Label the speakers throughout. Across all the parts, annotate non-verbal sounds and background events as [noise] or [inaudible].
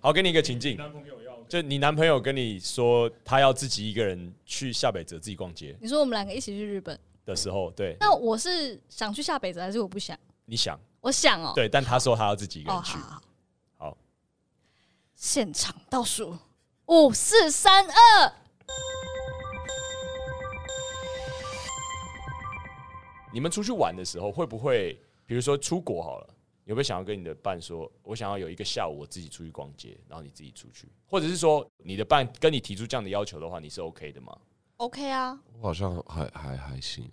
Speaker 1: 好，给你一个情境，就你男朋友跟你说他要自己一个人去下北泽自己逛街
Speaker 2: 你说我们两个一起去日本，
Speaker 1: 的时候，对，
Speaker 2: 那我是想去下北泽，还是我不想？
Speaker 1: 你想
Speaker 2: 我想哦、
Speaker 1: 对，但他说他要自己一个
Speaker 2: 哦，
Speaker 1: 人去
Speaker 2: 好，好，
Speaker 1: 好，
Speaker 2: 现场倒数五四三二，
Speaker 1: 你们出去玩的时候会不会，比如说出国好了，你会不会想要跟你的伴说，我想要有一个下午我自己出去逛街，然后你自己出去，或者是说你的伴跟你提出这样的要求的话，你是 OK 的吗？
Speaker 2: OK 啊，
Speaker 3: 我好像还还还行。欸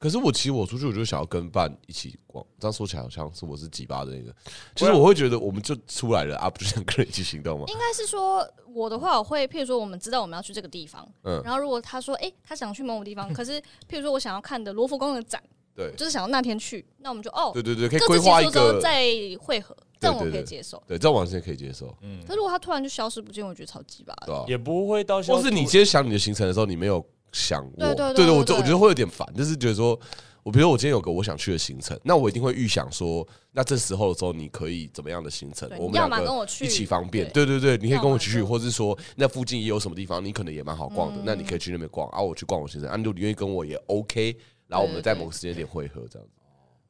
Speaker 3: 可是我其实我出去我就想要跟伴一起逛，这样说起来好像是我是几巴的那个，其实我会觉得我们就出来了啊，不就想跟人一起行动吗？
Speaker 2: 应该是说我的话，我会譬如说我们知道我们要去这个地方，
Speaker 3: 嗯
Speaker 2: 然后如果他说哎、诶他想去某某地方，可是譬如说我想要看的罗浮宫的展，
Speaker 3: 对
Speaker 2: 我就是想要那天去，那我们就哦，
Speaker 3: 嗯对对对，可以
Speaker 2: 各
Speaker 3: 规
Speaker 2: 自
Speaker 3: 划
Speaker 2: 结
Speaker 3: 一
Speaker 2: 束之后
Speaker 3: 个，
Speaker 2: 再汇合，这样我
Speaker 3: 对对嗯
Speaker 2: 可以
Speaker 3: 对
Speaker 2: 接受。
Speaker 3: 对，这样完全可以接受，
Speaker 2: 可是如果他突然就消失不见，我觉得超级吧。
Speaker 3: 对吧？
Speaker 1: 也不会到像
Speaker 3: 或是你今天想你的行程的时候，你没有想我，
Speaker 2: 对对对
Speaker 3: 对我
Speaker 2: 对
Speaker 3: 我觉得会有点烦，就是觉得说，我比如说我今天有个我想去的行程，那我一定会预想说，那这时候的时候你可以怎么样的行程
Speaker 2: 对，
Speaker 3: 我们
Speaker 2: 你要
Speaker 3: 两
Speaker 2: 么跟
Speaker 3: 个
Speaker 2: 我去
Speaker 3: 一起方便，对对对，你可以
Speaker 2: 要
Speaker 3: 跟
Speaker 2: 么
Speaker 3: 我一起去，
Speaker 2: 就嗯
Speaker 3: 或是说那附近也有什么地方你可能也蛮好逛的，那你可以去那边逛啊，我去逛我行程，啊，如果你愿意跟我也 OK，然后我们在某个时间点汇合这样子。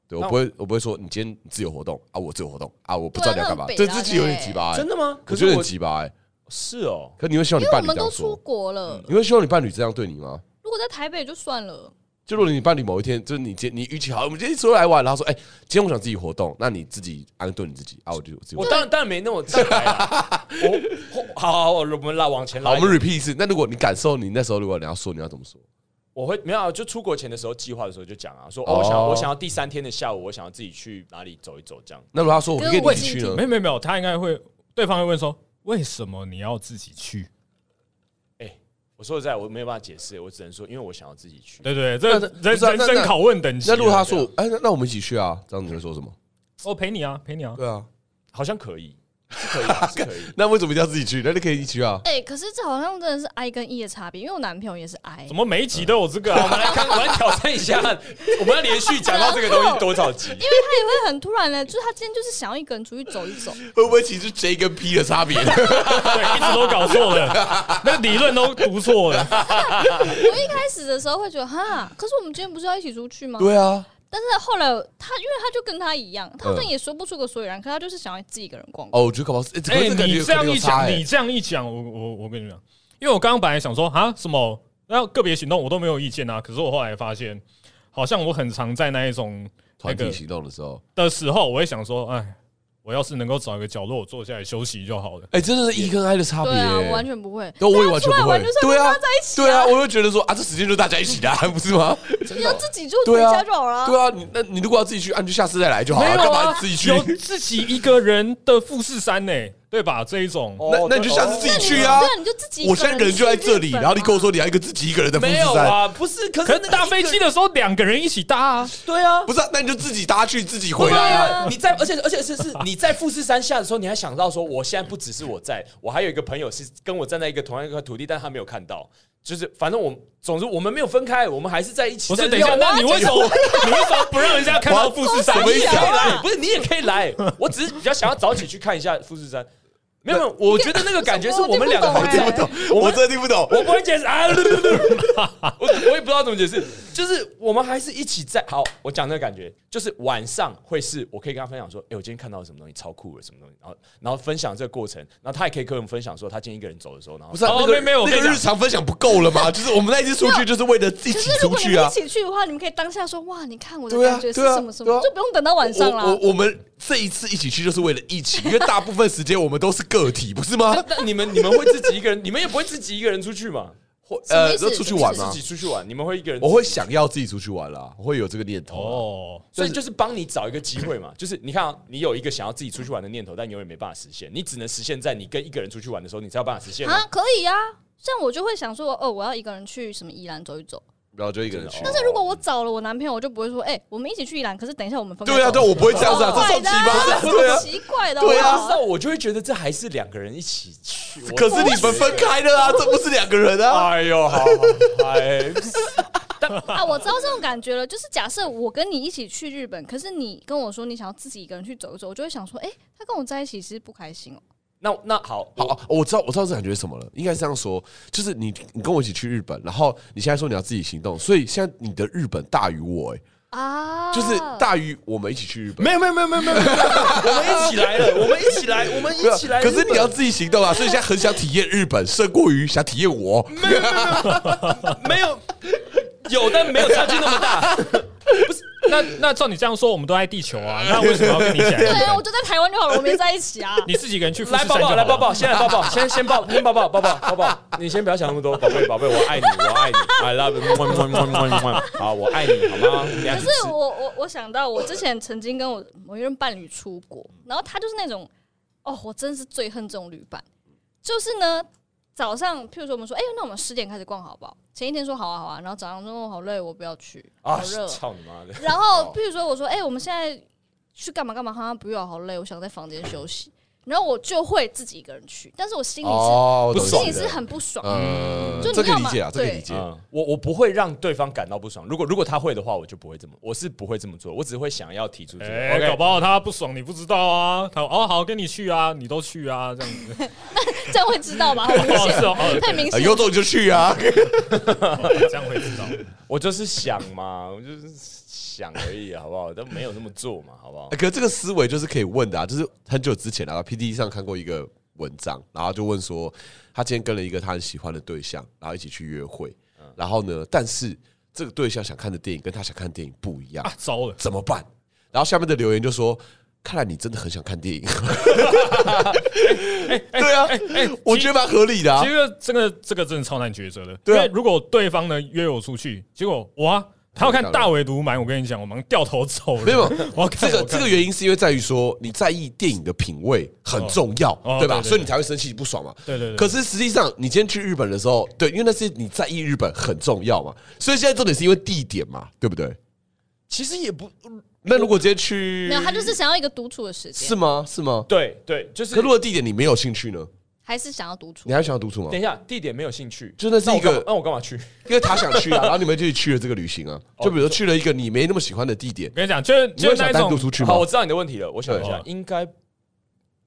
Speaker 3: 对，我
Speaker 1: 那
Speaker 3: 不会，我不会说你今天自由活动啊，我自由活动啊，我不知
Speaker 2: 对啊
Speaker 3: 道你要干
Speaker 2: 那
Speaker 3: 嘛，
Speaker 2: 很
Speaker 3: 这
Speaker 2: 北
Speaker 3: 这
Speaker 2: 啦
Speaker 3: 其实有点
Speaker 2: 对
Speaker 3: 鸡巴欸，
Speaker 1: 真的吗？
Speaker 3: 我
Speaker 1: 可
Speaker 3: 觉
Speaker 1: 是
Speaker 3: 得很
Speaker 1: 我
Speaker 3: 鸡巴欸。
Speaker 1: 是哦，
Speaker 3: 可你会希望你
Speaker 2: 因为我
Speaker 3: 伴侣
Speaker 2: 们
Speaker 3: 这样
Speaker 2: 都出
Speaker 3: 说？嗯
Speaker 2: 国了，
Speaker 3: 你会希望你伴侣这样对你吗？
Speaker 2: 如果在台北就算了，
Speaker 3: 就如果你伴侣某一天，就是你今你预期好，我们今天出来玩，然后说，哎、今天我想自己活动，那你自己安顿你自己啊，我就自己活
Speaker 1: 我
Speaker 3: 动。
Speaker 1: 当然当然没那么啊直白啦。 [laughs] 我我好好，我们拉往前
Speaker 3: 好，
Speaker 1: 拉
Speaker 3: 我
Speaker 1: 一点，
Speaker 3: 们 repeat 一次。那如果你感受你那时候，如果你要说，你要怎么说？
Speaker 1: 我会没有啊，就出国前的时候计划的时候就讲啊，说
Speaker 3: 哦
Speaker 1: 哦，我想我想要第三天的下午，我想要自己去哪里走一走这样。
Speaker 3: 那如果他说我跟你一起去
Speaker 2: 跟
Speaker 3: 呢
Speaker 2: 我？
Speaker 4: 没有没有没有，他应该会，对方会问说，为什么你要自己去？
Speaker 1: 我说实在，我没有办法解释，我只能说，因为我想要自己去。
Speaker 4: 对对，
Speaker 3: 那
Speaker 4: 这人
Speaker 3: 不是啊
Speaker 4: 人
Speaker 3: 那
Speaker 4: 生
Speaker 3: 那
Speaker 4: 拷问等级了。
Speaker 3: 那如果他说
Speaker 4: 对啊，
Speaker 3: 哎、那那我们一起去啊，这样你会说什么？
Speaker 4: 我陪你啊，陪你啊，
Speaker 3: 对啊，
Speaker 1: 好像可以，是可以啊，是可以。
Speaker 3: 那为什么一定要自己去？那你可以一起去啊。
Speaker 2: 哎、可是这好像真的是 I 跟 E 的差别，因为我男朋友也是 I，
Speaker 4: 怎么每一集都有这个
Speaker 1: 我
Speaker 4: 啊？
Speaker 1: 们
Speaker 4: [laughs]
Speaker 1: 来看，我们来挑战一下，我们要连续讲到这个东西多少集？
Speaker 2: 因为他也会很突然的，就是他今天就是想要一个人出去走一
Speaker 3: [laughs]
Speaker 2: 走，
Speaker 3: 会不会其实是 J 跟 P 的差别？
Speaker 4: 对，一直都搞错了，那个理论都读错
Speaker 3: [laughs]
Speaker 4: 了。
Speaker 2: 我一开始的时候会觉得哈，可是我们今天不是要一起出去吗？
Speaker 3: [laughs] 对啊，
Speaker 2: 但是后来他，因为他就跟他一样，他好像也说不出个所以然，可他就是想要自己一个人逛。
Speaker 3: 哦，我觉得搞不好是，哎、
Speaker 4: 哎，
Speaker 3: 欸，感
Speaker 4: 你
Speaker 3: 觉
Speaker 4: 这样一
Speaker 3: 差、
Speaker 4: 讲，
Speaker 3: 欸，
Speaker 4: 你这样一讲，我我我跟你讲，因为我刚刚本来想说啊什么，那个别行动我都没有意见啊，可是我后来发现，好像我很常在那一种
Speaker 3: 团
Speaker 4: 那
Speaker 3: 体
Speaker 4: 个
Speaker 3: 行动的时候，
Speaker 4: 的时候，我会想说，哎，我要是能够找一个角落我坐下来休息就好了。
Speaker 3: 哎、真的是 E 跟 I 的差别、
Speaker 2: 对
Speaker 3: 欸。
Speaker 2: 啊，我完全不会。
Speaker 3: 对，我也完
Speaker 2: 出
Speaker 3: 全
Speaker 2: 来
Speaker 3: 不
Speaker 2: 玩
Speaker 3: 会
Speaker 2: 就是。要
Speaker 3: 对
Speaker 2: 跟
Speaker 3: 啊
Speaker 2: 大家在一，起
Speaker 3: 对
Speaker 2: 啊
Speaker 3: 啊，，我就觉得说啊，这时间就是大家一起的啊， [laughs] 不是吗？
Speaker 2: 你就自己就回
Speaker 3: 对啊
Speaker 2: 家就好了。
Speaker 3: 对啊，你那你如果要自己去，啊，你就下次再来就好
Speaker 4: 没
Speaker 3: 了，
Speaker 4: 有
Speaker 3: 干
Speaker 4: 啊
Speaker 3: 嘛自己，去？
Speaker 4: [laughs] 有自己一个人的富士山呢、对吧？这一种，
Speaker 3: 那那你就下次自己去啊
Speaker 2: 对！啊，你就自己一个
Speaker 3: 我
Speaker 2: 人去日
Speaker 3: 现
Speaker 2: 本啊。
Speaker 3: 在人就在这里，然后你跟我说你要一个自己一个人的富士
Speaker 1: 没有
Speaker 3: 山，
Speaker 1: 啊，不是，可
Speaker 4: 可
Speaker 1: 是
Speaker 4: 是搭飞机
Speaker 1: 的，
Speaker 4: 的时候两个人一起
Speaker 3: [laughs]
Speaker 4: 搭啊，
Speaker 1: 对啊。
Speaker 3: 不是啊？那你就自己搭去，自己回
Speaker 1: 对
Speaker 3: 来啊。
Speaker 1: 啊，你在，而且而且是是你在富士山下的时候，你还想到说，我现在不只是我在，我还有一个朋友是跟我站在一个同样一块土地，但他没有看到，就是反正我，总之我们没有分开，我们还是在一起。
Speaker 4: 不是？
Speaker 1: 但
Speaker 4: 等一下，
Speaker 1: 有啊
Speaker 4: 那你为什么 [laughs] 你为什么不让人家看到富士山
Speaker 3: 什？么
Speaker 1: 你
Speaker 3: 意
Speaker 1: 也
Speaker 3: 思
Speaker 1: 可以
Speaker 3: 啊
Speaker 1: 来，不是你也可以来，我只是比较想要早起去看一下富士山。没有，没有，我觉得那个感觉是我们两个
Speaker 2: 我
Speaker 1: 还
Speaker 2: 听
Speaker 1: 在
Speaker 3: 哎
Speaker 2: 不懂欸。
Speaker 1: 我
Speaker 3: [laughs] 我
Speaker 1: 们
Speaker 3: 真的听不懂，
Speaker 1: 我不会解释啊， [laughs] 噜噜噜我我也不知道怎么解释，就是我们还是一起在。好，我讲那个感觉，就是晚上会是我可以跟他分享说，哎、我今天看到了什么东西超酷的，什么东西，然后然后分享这个过程，然后他也可以跟我们分享说，他今天一个人走的时候，然后
Speaker 3: 不是啊
Speaker 4: 哦
Speaker 3: 那个
Speaker 4: 没没有我
Speaker 3: 那
Speaker 4: 跟
Speaker 3: 个
Speaker 4: 你讲
Speaker 3: 日常分享不够了
Speaker 2: [laughs]
Speaker 3: 吗？就是我们那一次出去就是为了一
Speaker 2: 可
Speaker 3: 起
Speaker 2: 是如
Speaker 3: 出
Speaker 2: 果你
Speaker 3: 去
Speaker 2: 们一
Speaker 3: 啊。
Speaker 2: 起去的话，你们可以当下说哇，你看我的
Speaker 3: 对啊
Speaker 2: 感觉是
Speaker 3: 对啊
Speaker 2: 什么什
Speaker 3: 对
Speaker 2: 么，
Speaker 3: 啊
Speaker 2: 就不用等到晚上
Speaker 3: 我
Speaker 2: 啦。
Speaker 3: 我我们这一次一起去就是为了一起，因为大部分时间我们都是个体，不
Speaker 2: [laughs]
Speaker 3: 是吗？
Speaker 1: 那那你们你们会自己一个人，你们也不会自己一个人出去嘛？
Speaker 3: 或
Speaker 2: 什么意思
Speaker 3: 就出去玩
Speaker 1: 自
Speaker 3: 吗
Speaker 1: 己？出去玩，你们会一个人？
Speaker 3: 我会想要自己出去玩啦，我会有这个念头啊。
Speaker 4: 哦，
Speaker 1: 所以就是帮你找一个机会嘛，就是你看、啊，你有一个想要自己出去玩的念头，但永远没办法实现，你只能实现在你跟一个人出去玩的时候，你才有办法实现嘛。
Speaker 2: 啊，可以啊。像我就会想说，哦，我要一个人去什么宜兰走一走。
Speaker 3: 然后就一个人去。
Speaker 2: 但是如果我找了我男朋友，我就不会说，哎、我们一起去宜兰，可是等一下我们分开
Speaker 3: 对啊，
Speaker 2: 走
Speaker 3: 对啊，我不会这样子啊，这超
Speaker 2: 怪
Speaker 3: 奇
Speaker 2: 的啊
Speaker 3: 葩的啊，
Speaker 2: 这
Speaker 3: 对啊
Speaker 2: [laughs] 很。奇怪的，
Speaker 3: 对啊
Speaker 2: 好
Speaker 1: 知
Speaker 2: 不好
Speaker 1: 道，我就会觉得这还是两个人一起 [laughs] 去。我
Speaker 3: 可是你们分开了啊，这不是两个人啊。
Speaker 1: 哎呦，好，哎，
Speaker 2: 啊，我知道这种感觉了。就是假设我跟你一起去日本，可是你跟我说你想要自己一个人去走一走，我就会想说，哎、他跟我在一起其实不开心哦、
Speaker 1: 那那好，
Speaker 3: 好、啊，我知道，我知道这感觉是什么了。应该是这样说，就是你，你跟我一起去日本，然后你现在说你要自己行动，所以现在你的日本大于我、欸，
Speaker 2: 啊，
Speaker 3: 就是大于我们一起去日本。
Speaker 1: 没有没有没有没有没有，没有我们一起来了，我们一起 [laughs] 来，我们一起来。
Speaker 3: 啊可是你要自己行动啊！所以现在很想体验日本，胜过于想体验我。
Speaker 1: 没有有，但没有差距那么 [laughs] 大。
Speaker 4: 那那照你这样说，我们都在地球
Speaker 3: [laughs]
Speaker 4: 啊，那为什么要跟你讲？
Speaker 2: 对啊，我就在台湾就好了，我没在一起啊。
Speaker 4: 你自己一个人去富士
Speaker 1: 来
Speaker 4: 山就
Speaker 1: 抱
Speaker 4: 好
Speaker 1: 抱，
Speaker 4: 了
Speaker 1: 来抱抱，先来抱抱，先先抱，先抱抱，抱抱，抱抱。你先不要想那么多，宝贝，宝贝， [laughs] 我爱你，我爱你，I love you，么么么么么。好，我爱你，好吗？可
Speaker 2: 可是我我我想到，我之前曾经跟我某一任伴侣出国，然后他就是那种，哦，我真是最恨这种旅伴，就是呢，早上譬如说我们说，哎、那我们十点开始逛好不好？前一天说好啊好啊，然后早上说哦好累，我不要去，好
Speaker 1: 啊
Speaker 2: 热，，
Speaker 1: 操你妈的！
Speaker 2: 然后譬如说我说，哎、我们现在去干嘛干嘛，哈，不要，好累，我想在房间休息，然后我就会自己一个人去，但是我心里是，
Speaker 3: 哦，
Speaker 2: 我
Speaker 3: 我
Speaker 2: 心
Speaker 3: 懂
Speaker 2: 里
Speaker 3: 你
Speaker 2: 是
Speaker 3: 的。
Speaker 2: 很不爽，
Speaker 3: 呃，
Speaker 2: 就你
Speaker 3: 这可以
Speaker 2: 要
Speaker 3: 理
Speaker 2: 嘛
Speaker 3: 解啊，这可以
Speaker 2: 对
Speaker 3: 理解。
Speaker 1: 嗯，我我不会让对方感到不爽。如果如果他会的话，我就不会这么，我是不会这么做，我只会想要提出这个。
Speaker 4: 哎、
Speaker 1: OK，
Speaker 4: 搞不好他不爽，你不知道啊。他哦好，跟你去啊，你都去啊，这样子。
Speaker 2: 这样会知道吗？好明
Speaker 4: 哦
Speaker 2: 显
Speaker 4: 是，哦，哦
Speaker 2: 太明
Speaker 3: 呃
Speaker 2: 显
Speaker 3: 有种就去啊！
Speaker 4: 这样会知道。
Speaker 1: 我就是想嘛， [laughs] 我就是想而已，好不好？但没有那么做嘛，好不好
Speaker 3: 欸？可是这个思维就是可以问的啊，就是很久之前啊，P D 上看过一个文章，然后就问说，他今天跟了一个他很喜欢的对象，然后一起去约会，
Speaker 4: 嗯
Speaker 3: 然后呢，但是这个对象想看的电影跟他想看的电影不一样
Speaker 4: 啊，，糟了，
Speaker 3: 怎么办？然后下面的留言就说。看来你真的很想看电
Speaker 4: [laughs]
Speaker 3: 影，
Speaker 4: 哎
Speaker 3: 对啊，我觉得蛮合理的啊
Speaker 4: 其。实这个这个真的超难抉择的。
Speaker 3: 对啊
Speaker 4: 因为如果对方呢约我出去，结果哇，他要看大尾独蛮，我跟你讲，我忙掉头走了。
Speaker 3: 没有，
Speaker 4: [laughs] 我要
Speaker 3: 这
Speaker 4: 看
Speaker 3: 个
Speaker 4: 我
Speaker 3: 这
Speaker 4: 看
Speaker 3: 个原因是因为在于说你在意电影的品味很重要
Speaker 4: 哦，
Speaker 3: 对
Speaker 4: 对对
Speaker 3: 吧？
Speaker 4: 对
Speaker 3: 所以你才会生气不爽嘛。
Speaker 4: 对对对
Speaker 3: 可是实际上，你今天去日本的时候，对，因为那是你在意日本很重要嘛，所以现在重点是因为地点嘛，对不对？
Speaker 1: 其实也不
Speaker 3: 那如果直接去，
Speaker 2: 没有，他就是想要一个独处的时间，
Speaker 3: 是吗？是吗？
Speaker 1: 对对，就是
Speaker 3: 可如果地点你没有兴趣呢？
Speaker 2: 还是想要独处
Speaker 3: 你。还想要独处吗
Speaker 1: 等？一下地点没有兴趣，
Speaker 3: 就那是一个
Speaker 1: 我干嘛那我干嘛去？
Speaker 3: 因为他想去啊，然后你们就去了这个旅行啊，就比如说去了一个你没那么喜欢的地点
Speaker 4: 我，跟你讲，就是
Speaker 3: 你
Speaker 4: 就
Speaker 3: 会
Speaker 4: 是那
Speaker 3: 想单独
Speaker 4: 种
Speaker 3: 出去吗
Speaker 1: 好，？我知道你的问题了，我想一下
Speaker 4: 对，
Speaker 1: 应该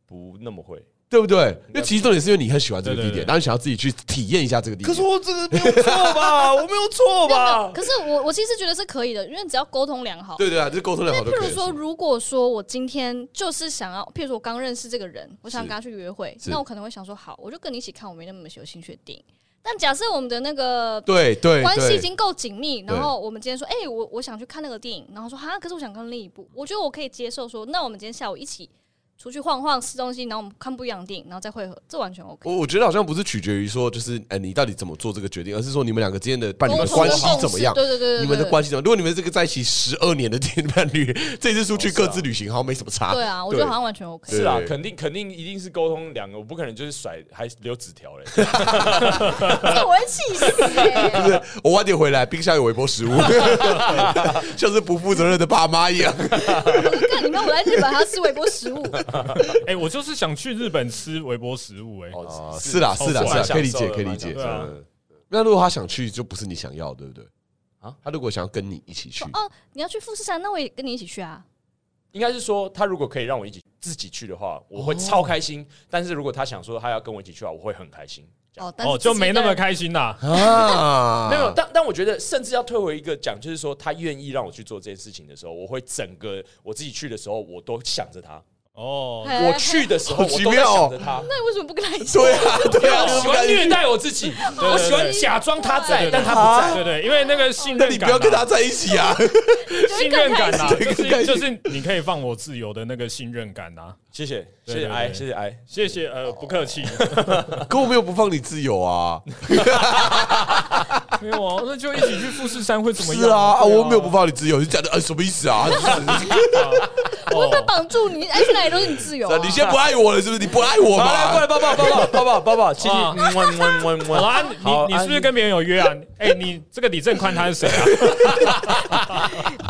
Speaker 1: 不那么
Speaker 3: [laughs]
Speaker 1: 会。
Speaker 3: 对不对？因为其实重点是因为你很喜欢这个地
Speaker 4: 对对
Speaker 3: 点，
Speaker 4: 对
Speaker 3: 然后你想要自己去体验一下这个地点。
Speaker 1: 我这个没有错吧？我没有错
Speaker 2: 没有没有，？ [laughs] 可是我我其实觉得是可以的，因为只要沟通良好。
Speaker 3: 哦对对啊，就是沟通良好就
Speaker 2: 譬
Speaker 3: 可
Speaker 2: 如
Speaker 3: 以
Speaker 2: 说，
Speaker 3: 了。
Speaker 2: 如果说我今天就是想要，譬如说我刚认识这个人，我想
Speaker 3: 是
Speaker 2: 跟他去约会，
Speaker 3: 是
Speaker 2: 那我可能会想说，好，我就跟你一起看我没那么有兴趣的电影。但假设我们的那个
Speaker 3: 对对，
Speaker 2: 关系
Speaker 3: 对
Speaker 2: 已经够紧密，
Speaker 3: 对
Speaker 2: 然后我们今天说，哎、我我想去看那个电影，然后说哈，可是我想看另一部，我觉得我可以接受说，那我们今天下午一起出去晃晃、吃东西，然后我们看不一样的电影，然后再会合，这完全 OK。
Speaker 3: 我我觉得好像不是取决于说，就是哎、你到底怎么做这个决定，而是说你们两个之间的伴侣
Speaker 2: 沟
Speaker 3: 的
Speaker 2: 通
Speaker 3: 关
Speaker 2: 跟
Speaker 3: 系
Speaker 2: 共
Speaker 3: 怎么
Speaker 2: 识
Speaker 3: 样。
Speaker 2: 对对对对对，
Speaker 3: 你们的关系怎么样？如果你们这个在一起十二年的恋伴侣，这次出去各自
Speaker 1: 啊
Speaker 3: 旅行好像没什么差。
Speaker 2: 对啊，我觉得好像完全 OK。
Speaker 3: 对
Speaker 1: [laughs] 是啊，
Speaker 3: 对
Speaker 1: 肯定肯定一定是沟通两个，我不可能就是甩还留纸条
Speaker 3: [laughs]
Speaker 1: 嘞。
Speaker 3: 啊
Speaker 2: 这 [laughs] 我会气死、欸！
Speaker 3: 对我晚点回来，冰箱有微波食
Speaker 1: [laughs]
Speaker 3: 物，[laughs] 像是不负责任的爸妈一样。
Speaker 2: [laughs] 看你看我在日本还要吃微波食物，哦
Speaker 4: 哎、我就是想去日本吃微波食物、哎、
Speaker 1: 哦
Speaker 3: 是啦，是啦，
Speaker 4: 超
Speaker 3: 是啦，
Speaker 1: 爽
Speaker 3: 可以理解，
Speaker 1: 蛮享受的啊
Speaker 3: 可以理解。
Speaker 1: 蛮
Speaker 4: 享受的
Speaker 3: 嗯那如果他想去，就不是你想要，对不对？
Speaker 1: 啊
Speaker 3: 啊，他如果想要跟你一起去，
Speaker 2: 哦，你要去富士山，那我也跟你一起去啊。
Speaker 1: 应该是说他如果可以让我一起自己去的话，我会超开心。但是如果他想说他要跟我一起去的话，我会很开心。
Speaker 2: 哦，但是
Speaker 4: 哦，就
Speaker 2: 自己一
Speaker 4: 没
Speaker 2: 个
Speaker 4: 那么
Speaker 2: 人。
Speaker 4: 开心啦。
Speaker 3: 啊，
Speaker 1: 没有，但但我觉得，甚至要退回一个讲，就是说，他愿意让我去做这件事情的时候，我会整个我自己去的时候，我都想着他。
Speaker 4: 哦，
Speaker 2: 哎
Speaker 1: 我去的时候，
Speaker 3: 好
Speaker 1: 我
Speaker 3: 奇
Speaker 1: 都在
Speaker 3: 妙哦
Speaker 1: 想着他。
Speaker 2: 那你为什么不跟他一起？
Speaker 3: 对啊，对啊，
Speaker 1: 我喜欢虐待我自己，
Speaker 4: 对
Speaker 1: 我喜欢假装他在，但他不在。
Speaker 4: 对对，因为那个信
Speaker 3: 那
Speaker 4: 任
Speaker 3: 你不
Speaker 4: 感、啊，
Speaker 3: 要跟他在一起啊！
Speaker 4: [laughs]
Speaker 3: [laughs]
Speaker 4: 信任感啊，
Speaker 3: 对
Speaker 4: 就
Speaker 3: 更开
Speaker 4: 是
Speaker 3: 心
Speaker 4: 就是你可以放我自由的那个信任感啊。
Speaker 1: 谢谢，谢
Speaker 4: 对
Speaker 1: 谢
Speaker 4: 对对
Speaker 1: 哎，谢谢哎。
Speaker 4: 谢谢，呃，不
Speaker 3: [laughs]
Speaker 4: 客气，
Speaker 3: 可我没有不放你自由啊，
Speaker 4: 没有啊，那就一起去富士山会怎么样？哦
Speaker 3: 是啊，啊
Speaker 4: 对
Speaker 3: 我没有不放你自由，你讲的呃什么意思啊？ [laughs]
Speaker 2: 我被
Speaker 4: 哦，
Speaker 2: 绑住你，哎爱去哪里都是你自由、啊。
Speaker 3: 你现在不爱我了是不是？你不爱我
Speaker 1: 好，来过来
Speaker 3: 吗？
Speaker 1: 抱抱抱抱抱抱抱抱，亲亲，
Speaker 4: 哇
Speaker 1: 嗯哇哇哇哇
Speaker 4: [laughs] 好啦，
Speaker 1: 好
Speaker 4: 你你是不
Speaker 1: 啊
Speaker 4: 是跟别人有约啊？哎，你这个李正宽他是谁
Speaker 1: [laughs]
Speaker 4: 啊？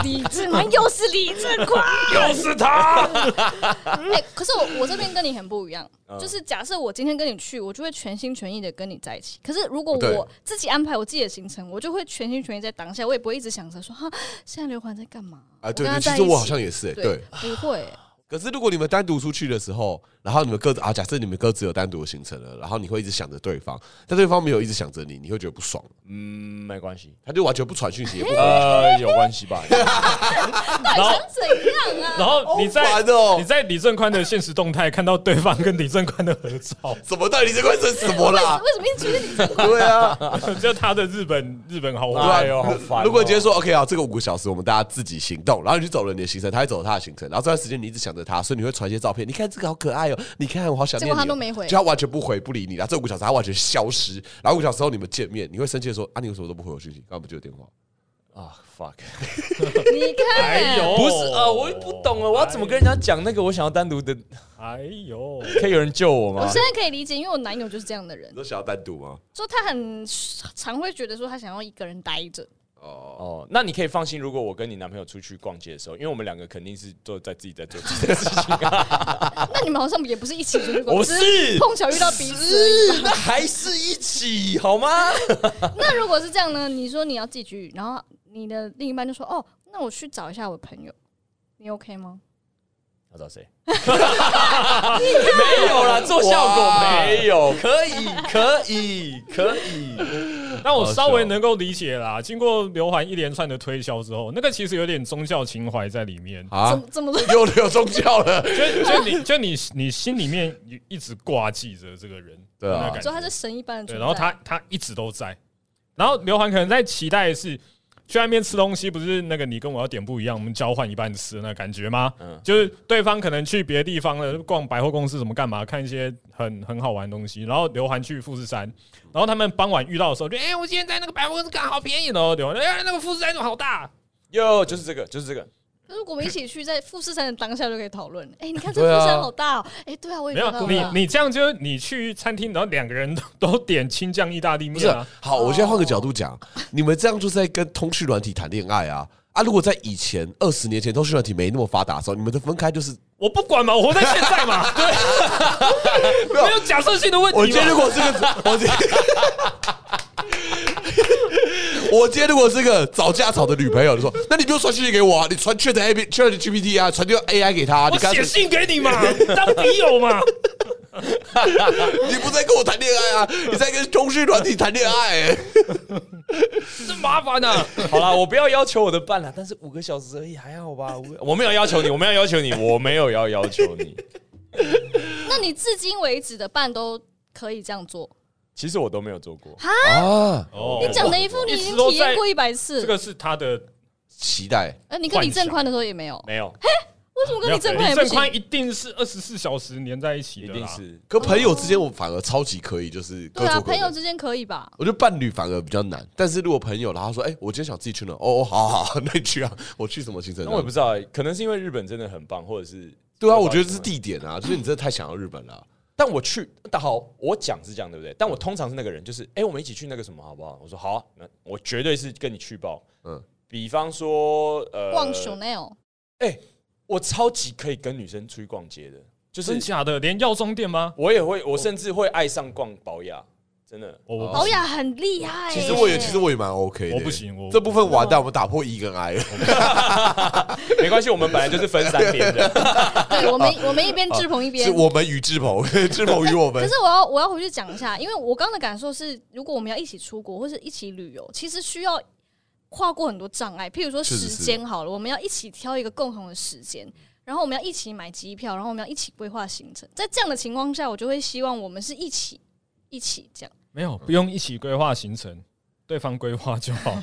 Speaker 2: 李正
Speaker 4: [laughs]
Speaker 2: 宽又是李正宽。
Speaker 4: 又是他，
Speaker 2: [laughs] 哎、可是我我这边跟你很不一样，
Speaker 3: 嗯
Speaker 2: 就是假设我今天跟你去，我就会全心全意的跟你在一起。可是如果
Speaker 3: 对
Speaker 2: 我自己安排我自己的行程，我就会全心全意在当下，我也啊不会一直想着说哈，现在刘环在干嘛
Speaker 3: 啊，
Speaker 2: 跟
Speaker 3: 对
Speaker 2: 他
Speaker 3: 对，其
Speaker 2: 在一
Speaker 3: 实
Speaker 2: 起
Speaker 3: 我好像也是，哎，对。
Speaker 2: 不会、
Speaker 3: 可可是如果你们单独出去的时候，然后你们各自啊，假设你们各自有单独的行程了，然后你会一直想着对方，但对方没有一直想着你，你会觉得不爽，
Speaker 1: 嗯，没关系，
Speaker 3: 他就完全不传讯息，也不回
Speaker 1: 呃，有关系吧？
Speaker 2: 到底
Speaker 4: 然后
Speaker 2: 想怎样啊？
Speaker 4: 然后你在、
Speaker 3: 好烦哦
Speaker 4: 你在李正宽的现实动态看到对方跟李正宽的合照， [laughs]
Speaker 3: 什么？到底这块是什么啦？
Speaker 2: [laughs] 为什么一直觉得你这
Speaker 3: 对啊，
Speaker 4: 就他的日本日本好
Speaker 3: 对啊
Speaker 1: 哎
Speaker 4: 坏
Speaker 1: 呦好
Speaker 3: 如
Speaker 1: 烦哦
Speaker 3: 如果今天说 OK 啊，这个五个小时我们大家自己行动，然后你去走了你的行程，他也走了他的行程，然后这段时间你一直想着他，所以你会传一些照片，你看这个好可爱哦， [laughs] 你看我好想念你哦。
Speaker 2: 结果他都没回
Speaker 3: 就他完全不回不理你，然后这五个小时他完全消失，然后五个小时后你们见面，你会生气的说啊，你为什么都不回我讯息？刚刚不就有电话？
Speaker 1: [laughs] 啊，fuck，
Speaker 2: 你看，
Speaker 4: 哎呦，
Speaker 1: 不是啊，我也不懂了，我要怎么跟人家讲那个我想要单独的？
Speaker 4: 哎呦，
Speaker 1: 可以有人救我
Speaker 2: 我
Speaker 1: 吗
Speaker 2: 现？在可以理解，因为我男友就是这样的人
Speaker 3: 你，都想要单独吗？
Speaker 2: 说他很常会觉得说他想要一个人待着，
Speaker 3: 哦，
Speaker 1: 哦，那你可以放心，如果我跟你男朋友出去逛街的时候，因为我们两个肯定是都在自己在做自己的事情啊，
Speaker 2: 那你们好像也不是一起出去
Speaker 4: [laughs]
Speaker 2: 逛，
Speaker 1: 我
Speaker 2: 只是
Speaker 1: 是
Speaker 2: 碰巧遇到彼此而已吧。
Speaker 1: 那还是 [laughs] 一起好吗？
Speaker 2: 那如果是这样呢？你说你要自己去，然后你的另一半就说：“哦，那我去找一下我朋友。”你 OK 吗？
Speaker 1: 要找 [laughs] 谁？没有啦，做效果
Speaker 3: 哇
Speaker 1: 没有，可以，可以，可以。
Speaker 4: 那我稍微能够理解啦。经过刘环一连串的推销之后，那个其实有点宗教情怀在里面。
Speaker 2: 怎
Speaker 3: 啊
Speaker 2: 么，怎么说？
Speaker 3: 又有宗教了，
Speaker 4: 就就你就你你心里面一直挂记着这个人，
Speaker 3: 对啊
Speaker 4: 那感觉
Speaker 2: 说他是神一般的存在，
Speaker 4: 对，然后他他一直都在。然后刘涵可能在期待的是，去外面吃东西，不是那个你跟我要点不一样，我们交换一半吃的那感觉吗？
Speaker 1: 嗯
Speaker 4: 就是对方可能去别的地方了，逛百货公司什么干嘛，看一些很很好玩的东西。然后刘涵去富士山，然后他们傍晚遇到的时候，就哎、我今天在那个百货公司看好便宜哦。刘涵，哎、那个富士山怎么好大？
Speaker 1: 哟，就是这个，就是这个。
Speaker 2: 如果我们一起去，在富士山的当下就可以讨论。哎、你看这
Speaker 3: 对啊
Speaker 2: 富士山好大哦、哎、对啊，我也
Speaker 4: 没有
Speaker 2: 看到，了
Speaker 4: 你你这样就是你去餐厅，然后两个人都都点青酱意大利
Speaker 3: 不是
Speaker 4: 面啊，
Speaker 3: 好，我现在换个角度讲，你们这样就是在跟通讯软体谈恋爱啊啊！如果在以前二十年前通讯软体没那么发达的时候，你们的分开就是
Speaker 4: 我不管嘛，我活在现在嘛，
Speaker 3: [laughs]
Speaker 4: 对，没有假设性的问题嘛。
Speaker 3: 我今天如果是个，我今天， [laughs] 我今天如果是个吵架吵的女朋友，你说，那你不用传讯息给我啊，你传 Chat A B Chat GPT 啊，传丢 AI 给他、啊，
Speaker 4: 我
Speaker 3: 你干
Speaker 4: 写
Speaker 3: 脆
Speaker 4: 信给你嘛，当笔友嘛。
Speaker 3: 你不在跟我谈恋爱啊，你在跟通讯软体谈恋爱、欸，
Speaker 4: 真麻烦呐、啊！
Speaker 1: 好啦，我不要要求我的伴啦，但是五个小时而已，还好吧？五个我没有要求你，我没有要求你，我没有要要求你。
Speaker 2: 那你至今为止的伴都可以这样做。
Speaker 1: 其实我都没有做过，
Speaker 3: 啊，
Speaker 4: 哦
Speaker 2: 你 [laughs] 讲的一副你已
Speaker 4: 一
Speaker 2: 经
Speaker 4: 直都
Speaker 2: 体验
Speaker 4: 在
Speaker 2: 过一百次，
Speaker 4: 这个是他的，
Speaker 3: 期待
Speaker 2: 呃，你跟李正宽的时候也没有，
Speaker 1: 没有，
Speaker 2: 为什么跟李正宽
Speaker 4: 李
Speaker 2: 也不
Speaker 4: 正
Speaker 2: 行？
Speaker 4: 宽一定是二十四小时黏在一起
Speaker 1: 一
Speaker 4: 的，
Speaker 1: 定。是
Speaker 3: 跟朋友之间，我反而超级可以，就是各
Speaker 2: 对啊，
Speaker 3: 做各
Speaker 2: 朋友
Speaker 3: 的。
Speaker 2: 之间可以吧？
Speaker 3: 我觉得伴侣反而比较难，但是如果朋友，然后他说，哎、我今天想自己去哪？哦，哦好好好，那你去啊，我去什么行程？
Speaker 1: 那我也不知道欸，可能是因为日本真的很棒，或者是
Speaker 3: 对啊，我觉得是地点啊，就是你真的太想要日本了、啊
Speaker 1: 但我去，但好，我讲是这样，对不对？但我通常是那个人，就是哎、诶我们一起去那个什么好不好？我说好、啊，那我绝对是跟你去报。
Speaker 3: 嗯
Speaker 1: 嗯，比方说，呃，
Speaker 2: 逛
Speaker 4: 哦
Speaker 2: Chanel，
Speaker 1: 我超级可以跟女生出去逛街的，就
Speaker 4: 真
Speaker 1: 是
Speaker 4: 假哦的？连药妆店吗？
Speaker 1: 我也会，我甚至会爱上逛保养，真的。
Speaker 4: 哦我我
Speaker 2: 保养很厉害耶。
Speaker 3: 其实我也，其实我也蛮 OK 的。
Speaker 4: 我不行我
Speaker 3: 这部分完蛋，我们打破一跟 I 了。
Speaker 1: 没关系，我们本来就是分三边
Speaker 4: [laughs]
Speaker 1: 的。
Speaker 2: 对
Speaker 3: [laughs]
Speaker 2: 我们我们一边志鹏一边
Speaker 3: 哦是。我们与志鹏， [laughs] 志鹏与我
Speaker 2: 可
Speaker 3: 们
Speaker 2: 是。我要我要回去讲一下，因为我刚刚的感受是，如果我们要一起出国或是一起旅游，其实需要跨过很多障碍，譬如说
Speaker 3: 是是
Speaker 2: 时
Speaker 3: 是
Speaker 2: 间好了，我们要一起挑一个共同的时间，然后我们要一起买机票，然后我们要一起规划行程。在这样的情况下，我就会希望我们是一起一起这样。
Speaker 4: 没有，不用一起规划行程，对方规划就 [laughs] 好。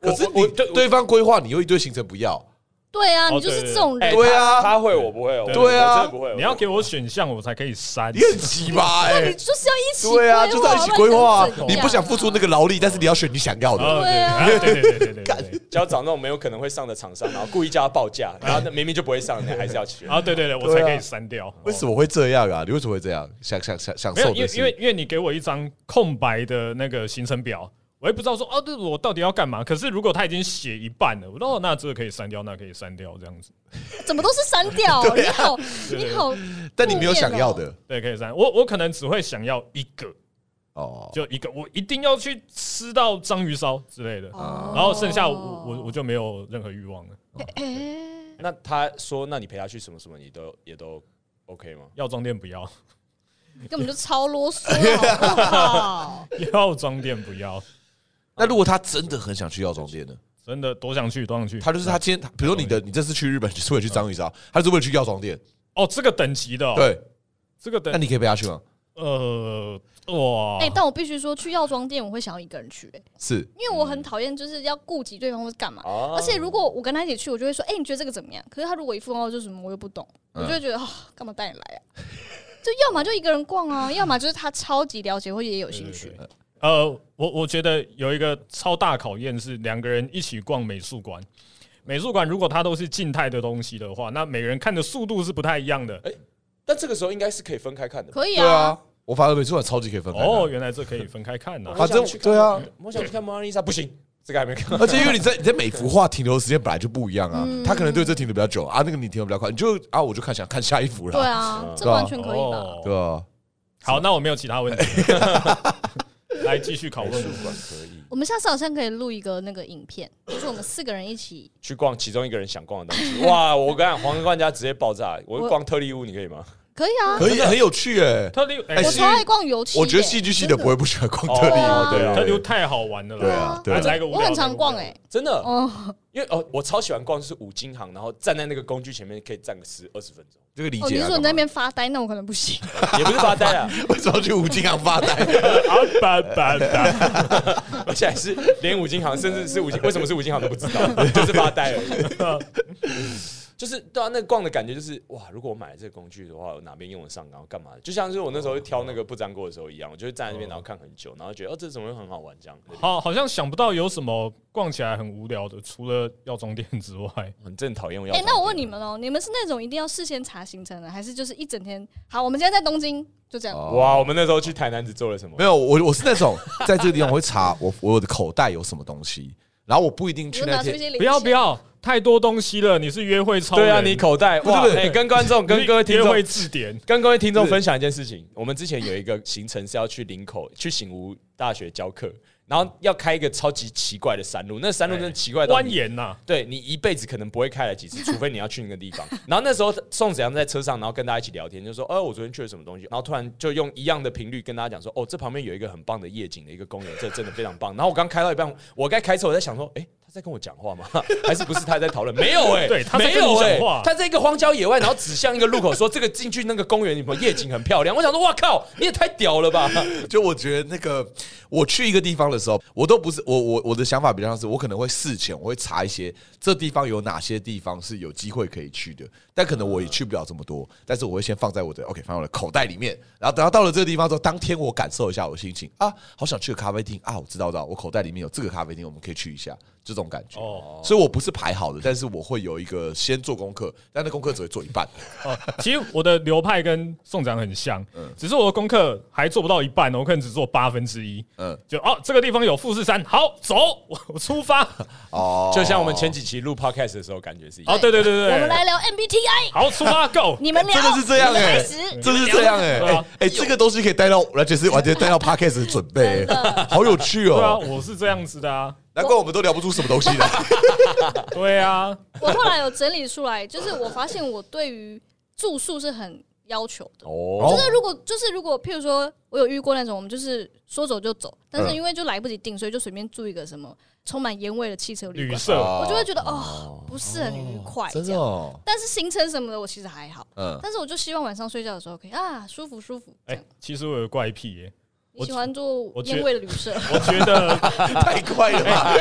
Speaker 3: 可是
Speaker 1: 我
Speaker 3: 你
Speaker 1: 我对
Speaker 3: 对方规划，你又一堆行程不要，
Speaker 2: 对啊，
Speaker 4: 哦
Speaker 2: 你就是
Speaker 4: 对
Speaker 2: 这
Speaker 4: 对
Speaker 2: 种
Speaker 1: 诶
Speaker 2: 人。
Speaker 3: 对
Speaker 1: 他
Speaker 3: 啊
Speaker 1: 他会，我不会，我
Speaker 3: 对啊
Speaker 1: 我真的不会。
Speaker 4: 你要
Speaker 1: 我
Speaker 4: 给我选项，我才可以删
Speaker 3: 你。很奇葩
Speaker 2: [laughs]
Speaker 3: 哎
Speaker 2: 你。就是要一起
Speaker 3: 对啊，就是要一起规划啊
Speaker 2: 不然想怎样。
Speaker 3: 你不想付出那个劳力，但是你要选你想要的。
Speaker 4: 哦
Speaker 2: 对啊
Speaker 4: 对对对对对对对。
Speaker 1: 就要找那种没有可能会上的厂商，然后故意叫他报
Speaker 4: [laughs]
Speaker 1: 价，然后那明明就不会上，你还是要去。
Speaker 4: 啊，对对对，我才可以删掉。
Speaker 3: 为什么会这样啊？你为什么会这样？想想想享
Speaker 4: 没有，
Speaker 3: 受
Speaker 4: 因
Speaker 3: 的
Speaker 4: 为
Speaker 3: 是
Speaker 4: 因为因为你给我一张空白的那个行程表，我也不知道说哦，对，我到底要干嘛。可是如果他已经写一半了，我说哦，那这个可以删掉，那可以删掉，这样子，
Speaker 2: 怎么都是删
Speaker 3: [laughs]
Speaker 2: 掉？你
Speaker 3: 啊
Speaker 2: 好，
Speaker 4: 对
Speaker 2: 你好，
Speaker 3: 但你没有想要的
Speaker 4: 对，可以删。我我可能只会想要一个，
Speaker 3: 哦。
Speaker 4: 就一个，我一定要去吃到章鱼烧之类的，
Speaker 2: 哦
Speaker 4: 然后剩下我我我就没有任何欲望了。
Speaker 2: 哎
Speaker 1: 那他说，那你陪他去什么什么，你都也都 OK 吗？
Speaker 4: 药妆店不要， [laughs]
Speaker 2: 根本就超啰嗦，
Speaker 3: [laughs]
Speaker 2: 好不
Speaker 4: [laughs]
Speaker 2: 好？
Speaker 4: 药妆店不要，
Speaker 3: 那如果他真的很想去药妆店呢？
Speaker 4: 真的多想去，多想去。
Speaker 3: 他就是他今天，比如说你的，你这次去日本就是为了去章鱼烧，他就是为了去药妆店。
Speaker 4: 哦，这个等级的、哦，，
Speaker 3: 对，
Speaker 4: 这个
Speaker 3: 那
Speaker 4: 等
Speaker 3: 你可以陪他去吗？
Speaker 4: 呃哇，
Speaker 2: 哎、但我必须说，去药妆店我会想要一个人去、哎，
Speaker 3: 是，
Speaker 2: 因为我
Speaker 4: 嗯
Speaker 2: 很讨厌就是要顾及对方或是干嘛。
Speaker 1: 哦
Speaker 2: 而且如果我跟他一起去，我就会说，哎、你觉得这个怎么样？可是他如果一副哦，就什么我又不懂，我就会觉
Speaker 3: 嗯
Speaker 2: 得啊，干嘛带你来啊？就要么就一个人逛啊，要么就是他超级了解或也有兴趣。
Speaker 4: 呃，我我觉得有一个超大考验是两个人一起逛美术馆。美术馆如果它都是静态的东西的话，那每个人看的速度是不太一样的。
Speaker 1: 但这个时候应该是可以分开看的吧。
Speaker 2: 可以
Speaker 3: 对
Speaker 2: 啊
Speaker 3: 啊，，我反而美术馆超级可以分开的。
Speaker 4: 哦，原来这可以分开看呢、
Speaker 1: 我
Speaker 3: 反正
Speaker 1: 想去看
Speaker 3: 对啊，
Speaker 1: 我想去看蒙娜丽莎，不行，这个还没看。
Speaker 3: [laughs] 而且因为你在你在每幅画停留的时间本来就不一样啊，
Speaker 2: 嗯
Speaker 3: 他可能对这停的比较久啊，那个你停的比较快，你就啊我就看想看下一幅
Speaker 2: 对
Speaker 3: 了，
Speaker 2: 啊，这
Speaker 3: 对啊
Speaker 2: 完全可以吧？
Speaker 4: 哦
Speaker 3: 对啊，
Speaker 4: 好，那我没有其他问题，
Speaker 1: [laughs]
Speaker 4: 来继续拷问
Speaker 1: 美术
Speaker 4: 我。
Speaker 1: 馆可以
Speaker 2: 我们下次好像可以录一个那个影片，就是我们四个人一起，
Speaker 1: 去逛其中一个人想逛的东西。哇，我跟你讲，皇冠家直接爆炸！我
Speaker 2: 我
Speaker 1: 逛特例屋，你可以 [laughs] 吗？
Speaker 2: 可以啊。
Speaker 3: 可以很有趣哎。
Speaker 4: 特例，哎、
Speaker 3: 哎
Speaker 2: 我
Speaker 3: 是
Speaker 2: 超爱逛油漆的，
Speaker 3: 我觉得戏剧系的不会不喜欢逛特例
Speaker 1: 哦
Speaker 3: 屋，
Speaker 1: 对啊
Speaker 4: 特
Speaker 3: 对
Speaker 4: 例
Speaker 3: 对
Speaker 4: 太好玩了啦。
Speaker 3: 对啊，对
Speaker 4: 来
Speaker 3: 啊，
Speaker 4: 来一个无
Speaker 2: 我
Speaker 4: 聊，
Speaker 2: 很常逛
Speaker 4: 来
Speaker 2: 哎、
Speaker 4: 一个无聊
Speaker 1: 真的，
Speaker 2: 哦，
Speaker 1: 因为哦，我超喜欢逛就是五金行，然后站在那个工具前面可以站个十二十分钟，
Speaker 3: 这个理
Speaker 2: 哦，你
Speaker 3: 解
Speaker 2: 是
Speaker 3: 啊。
Speaker 2: 说你
Speaker 3: 干
Speaker 2: 在
Speaker 3: 嘛
Speaker 2: 那边发呆，那我可能不行。
Speaker 1: 也不是发呆啊，
Speaker 3: [laughs] 为什么要去五金行发
Speaker 2: [laughs]
Speaker 3: 呆？
Speaker 4: 啊吧吧
Speaker 1: [laughs]
Speaker 4: 吧，
Speaker 1: 而且还是连五金行，甚至是五金，为什么是五金行都不知道， [laughs] 就是发呆而已。就是对啊，那逛的感觉就是哇，如果我买了这个工具的话，我哪边用得上，然后干嘛的？就像是我那时候挑那个不粘锅的时候一样，我就会站在那边，
Speaker 4: 嗯
Speaker 1: 然后看很久，然后觉得哦，这怎么会很好玩这样？
Speaker 4: 好，好像想不到有什么逛起来很无聊的，除了药妆店之外。
Speaker 1: 很正讨厌我要。
Speaker 2: 哎、那我问你，们哦，你们是那种一定要事先查行程的，还是就是一整天？好，我们现在在东京，就这样。
Speaker 4: 哦
Speaker 1: 哇，我们那时候去台南只做了什么
Speaker 3: 没？有，我我是那种在这个地方我会查我我的口袋有什么东西，然后我不一定
Speaker 2: 你
Speaker 3: 去
Speaker 2: 就
Speaker 3: 那
Speaker 2: 拿出一
Speaker 3: 天。
Speaker 2: 些零钱
Speaker 4: 不要不，要，太多东西了，你是约会超人。
Speaker 1: 对啊，你口袋哇！
Speaker 3: 对对
Speaker 1: 哎，跟观众、跟各位听
Speaker 4: 约
Speaker 1: 众
Speaker 4: 会、字典，
Speaker 1: 跟各位听众
Speaker 3: 不是
Speaker 1: 分享一件事情。我们之前有一个行程是要去林口、去醒吾大学教课，然后要开一个超级奇怪的山路，那山路真的奇怪到
Speaker 4: 蜿
Speaker 1: 你
Speaker 4: 蜒呐、
Speaker 1: 对你一辈子可能不会开来几次，除非你要去那个地方。然后那时候宋子阳在车上，然后跟大家一起聊天，就说：“哦，我昨天去了什么东西。”然后突然就用一样的频率跟大家讲说：“哦，这旁边有一个很棒的夜景的一个公园，这真的非常棒。”然后我刚开到一半，我该开车，我在想说：“诶，他在跟我讲话吗？ [laughs] 还是不是他在讨论？没有诶，
Speaker 4: [laughs] 对他在
Speaker 1: 没
Speaker 4: 跟你
Speaker 1: 有诶，
Speaker 4: 讲话
Speaker 1: 他在一个荒郊野外，然后指向一个路口说：‘这个进去那个公园里面夜景很漂亮。’我想说：‘哇靠，你也太屌了吧！’
Speaker 3: 就我觉得那个我去一个地方的时候，我都不是我我我的想法比较像是，我可能会事前我会查一些这地方有哪些地方是有机会可以去的，但可能我也去不了这么多，但是我会先放在我的 OK 放在我的口袋里面，然后等到到了这个地方之后，当天我感受一下我的心情啊，好想去个咖啡厅啊，我知道我知道，我口袋里面有这个咖啡厅，我们可以去一下，这种感觉。
Speaker 4: 哦
Speaker 3: 所以我不是排好的，但是我会有一个先做功课，但那功课只会做一半。
Speaker 4: 哦，其实我的流派跟宋长很像，
Speaker 1: 嗯
Speaker 4: 只是我的功课还做不到一半，哦我可能只做八分之一。
Speaker 3: 嗯，
Speaker 4: 就哦，这个地方有富士山，好，走，我 [laughs] 我出发。
Speaker 3: 哦，
Speaker 1: 就像我们前几期录 podcast 的时候，感觉是一样。
Speaker 4: 哦，对对对对，
Speaker 2: 我们来聊 MBTI，
Speaker 4: 好，出
Speaker 2: [laughs]
Speaker 4: 发，Go。
Speaker 2: 你们聊，
Speaker 3: 真的是这样
Speaker 2: 你们
Speaker 3: 哎
Speaker 2: 开始。
Speaker 3: 这是这样哎、欸，
Speaker 4: 对
Speaker 3: 哎、
Speaker 4: 啊
Speaker 3: 哎这个东西可以带到，而且是完全带到 podcast 的准备、欸，好有趣
Speaker 4: 对啊，
Speaker 3: 哦、
Speaker 4: 我是这样子的啊，
Speaker 3: 难怪我们都聊不出什么东西来。
Speaker 4: 对啊，
Speaker 2: 我后来有整理出来，就是我发现我对于住宿是很要求的。
Speaker 3: [laughs]
Speaker 1: 哦
Speaker 2: 就是如果就是如果，譬如说我有遇过那种，我们就是说走就走，但
Speaker 3: 嗯
Speaker 2: 是因为就来不及订，所以就随便住一个什么充满烟味的汽车旅
Speaker 4: 旅
Speaker 2: 馆，
Speaker 4: 社
Speaker 2: 我就会觉得哦，不是很愉快这
Speaker 3: 真的
Speaker 2: 样。
Speaker 3: 哦、
Speaker 2: 但是行程什么的，我其实还好，
Speaker 3: 嗯，
Speaker 2: 但是我就希望晚上睡觉的时候可以啊，舒服舒服。这
Speaker 4: 哎
Speaker 2: 样，
Speaker 4: 其实我有怪癖耶，
Speaker 2: 你喜欢住
Speaker 4: 我觉
Speaker 2: 烟味的旅社？ [laughs]
Speaker 4: 我 [laughs] 觉得，
Speaker 3: [laughs] 太快了吧？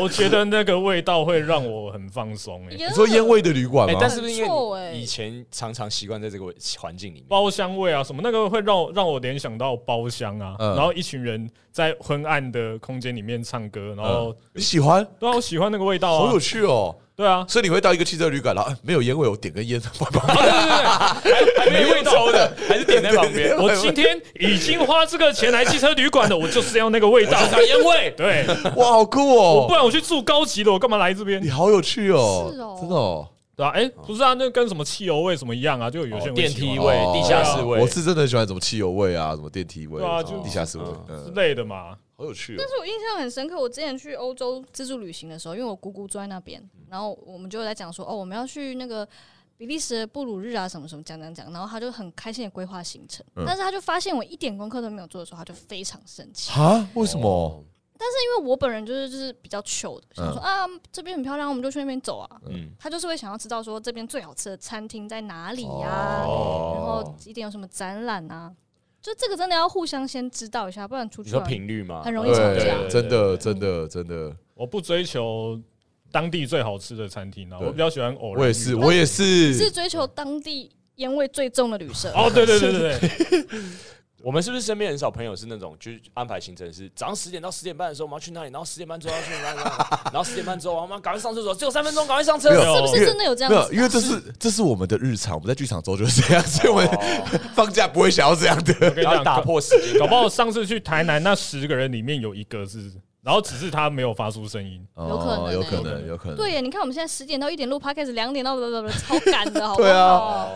Speaker 4: 我觉得那个味道会让我很放松哎，
Speaker 2: 你
Speaker 3: 你说烟味的旅馆
Speaker 1: 哎、
Speaker 3: 吗？
Speaker 1: 但是不是因
Speaker 2: 很臭
Speaker 1: 为
Speaker 2: 欸
Speaker 1: 你以前常常习惯在这个环境里面？
Speaker 4: 包厢味啊什么，那个会让我让我联想到包厢啊，
Speaker 3: 嗯
Speaker 4: 然后一群人在昏暗的空间里面唱歌，然后
Speaker 3: 你喜欢？
Speaker 4: 对啊，我喜欢那个味道
Speaker 3: 好
Speaker 4: 啊
Speaker 3: 有，趣哦、
Speaker 4: 对
Speaker 3: [laughs]
Speaker 4: 啊，
Speaker 3: 所以你会到一个汽车旅馆，然后、哎没有烟味，我点根烟，
Speaker 1: 还没味道的，还是点在旁边。
Speaker 4: 我今天已经花这个钱来汽车旅馆了，我就是要那
Speaker 2: [laughs]
Speaker 4: 个味道，
Speaker 1: 烟味，
Speaker 4: 对，
Speaker 3: 哇，好酷哦、啊
Speaker 4: 我不然我去住高级的，我干嘛来这边
Speaker 3: 你？好有趣哦、
Speaker 2: 是哦
Speaker 3: 真的哦、
Speaker 4: 对啊，哎，不是啊，那跟什么汽油味什么一样啊，就有些人会
Speaker 1: 电
Speaker 4: 喜欢
Speaker 1: 梯味、
Speaker 3: 哦
Speaker 1: 地下室味，
Speaker 3: 我是真的很喜欢什么汽油味啊，什么电梯味、
Speaker 4: 对啊
Speaker 3: 什
Speaker 4: 就
Speaker 3: 么地下室味，
Speaker 4: 之
Speaker 3: 嗯，
Speaker 4: 类的嘛，
Speaker 3: 好好有趣哦
Speaker 2: 但。是我印象很深刻，我之前去欧洲自助旅行的时候，因为我姑姑住在那边，
Speaker 1: 嗯
Speaker 2: 然后我们就在讲说，哦，我们要去那个比利时的布鲁日啊，什么什么，讲讲讲，然后他就很开心的规划行程，
Speaker 1: 嗯
Speaker 2: 但是他就发现我一点功课都没有做的时候，他就非常生气，
Speaker 5: 啊？为什么？
Speaker 2: 因为我本人就是就是比较糗的，想说、啊，这边很漂亮，我们就去那边走啊，
Speaker 1: 嗯，
Speaker 2: 他就是会想要知道说这边最好吃的餐厅在哪里呀、
Speaker 1: 哦
Speaker 2: 然后几点有什么展览啊，就这个真的要互相先知道一下，不然出
Speaker 1: 你
Speaker 2: 去
Speaker 1: 说
Speaker 2: 玩
Speaker 1: 频率吗？
Speaker 2: 很容易吵架。
Speaker 3: 对，真的，真的，真的，
Speaker 4: 我不追求当地最好吃的餐厅啊，
Speaker 3: 对
Speaker 4: 我比较喜欢偶然。
Speaker 3: 我也是，。我也
Speaker 2: 是
Speaker 3: 是。
Speaker 2: 追求当地烟味最重的旅社。
Speaker 4: 哦，对对对对对，
Speaker 1: 我们是不是身边很少朋友是那种，就是安排行程是早上十点到十点半的时候我们要去那里，然后十点半之后要去
Speaker 2: [laughs]
Speaker 1: 哪里，哪里哪里然后十点半之后我们要赶快上厕所，只有三分钟，赶快上车 [laughs]
Speaker 3: 没。
Speaker 4: 有
Speaker 2: 呃是不是真的有哦这样
Speaker 3: 没有，
Speaker 2: 子？
Speaker 3: 因为这是这是我们的日常，我们在剧场周就是这样，所以我们
Speaker 1: 哦
Speaker 3: 放假不会想要这
Speaker 1: [laughs]
Speaker 3: 样
Speaker 4: 我
Speaker 3: 的。
Speaker 4: 跟你
Speaker 1: 然
Speaker 4: 讲，
Speaker 1: 后打破时 [laughs] 间，
Speaker 4: 搞不好上次去台南那十个人里面有一个是，然后只是他没有发出声音。
Speaker 2: 有可能
Speaker 3: 哦
Speaker 2: 欸
Speaker 3: 有可能，有可能。
Speaker 2: 对耶，你看我们现在十点到一点录 podcast，两点到不不不，超赶的，好不好？
Speaker 3: [laughs] 对啊
Speaker 1: 哦，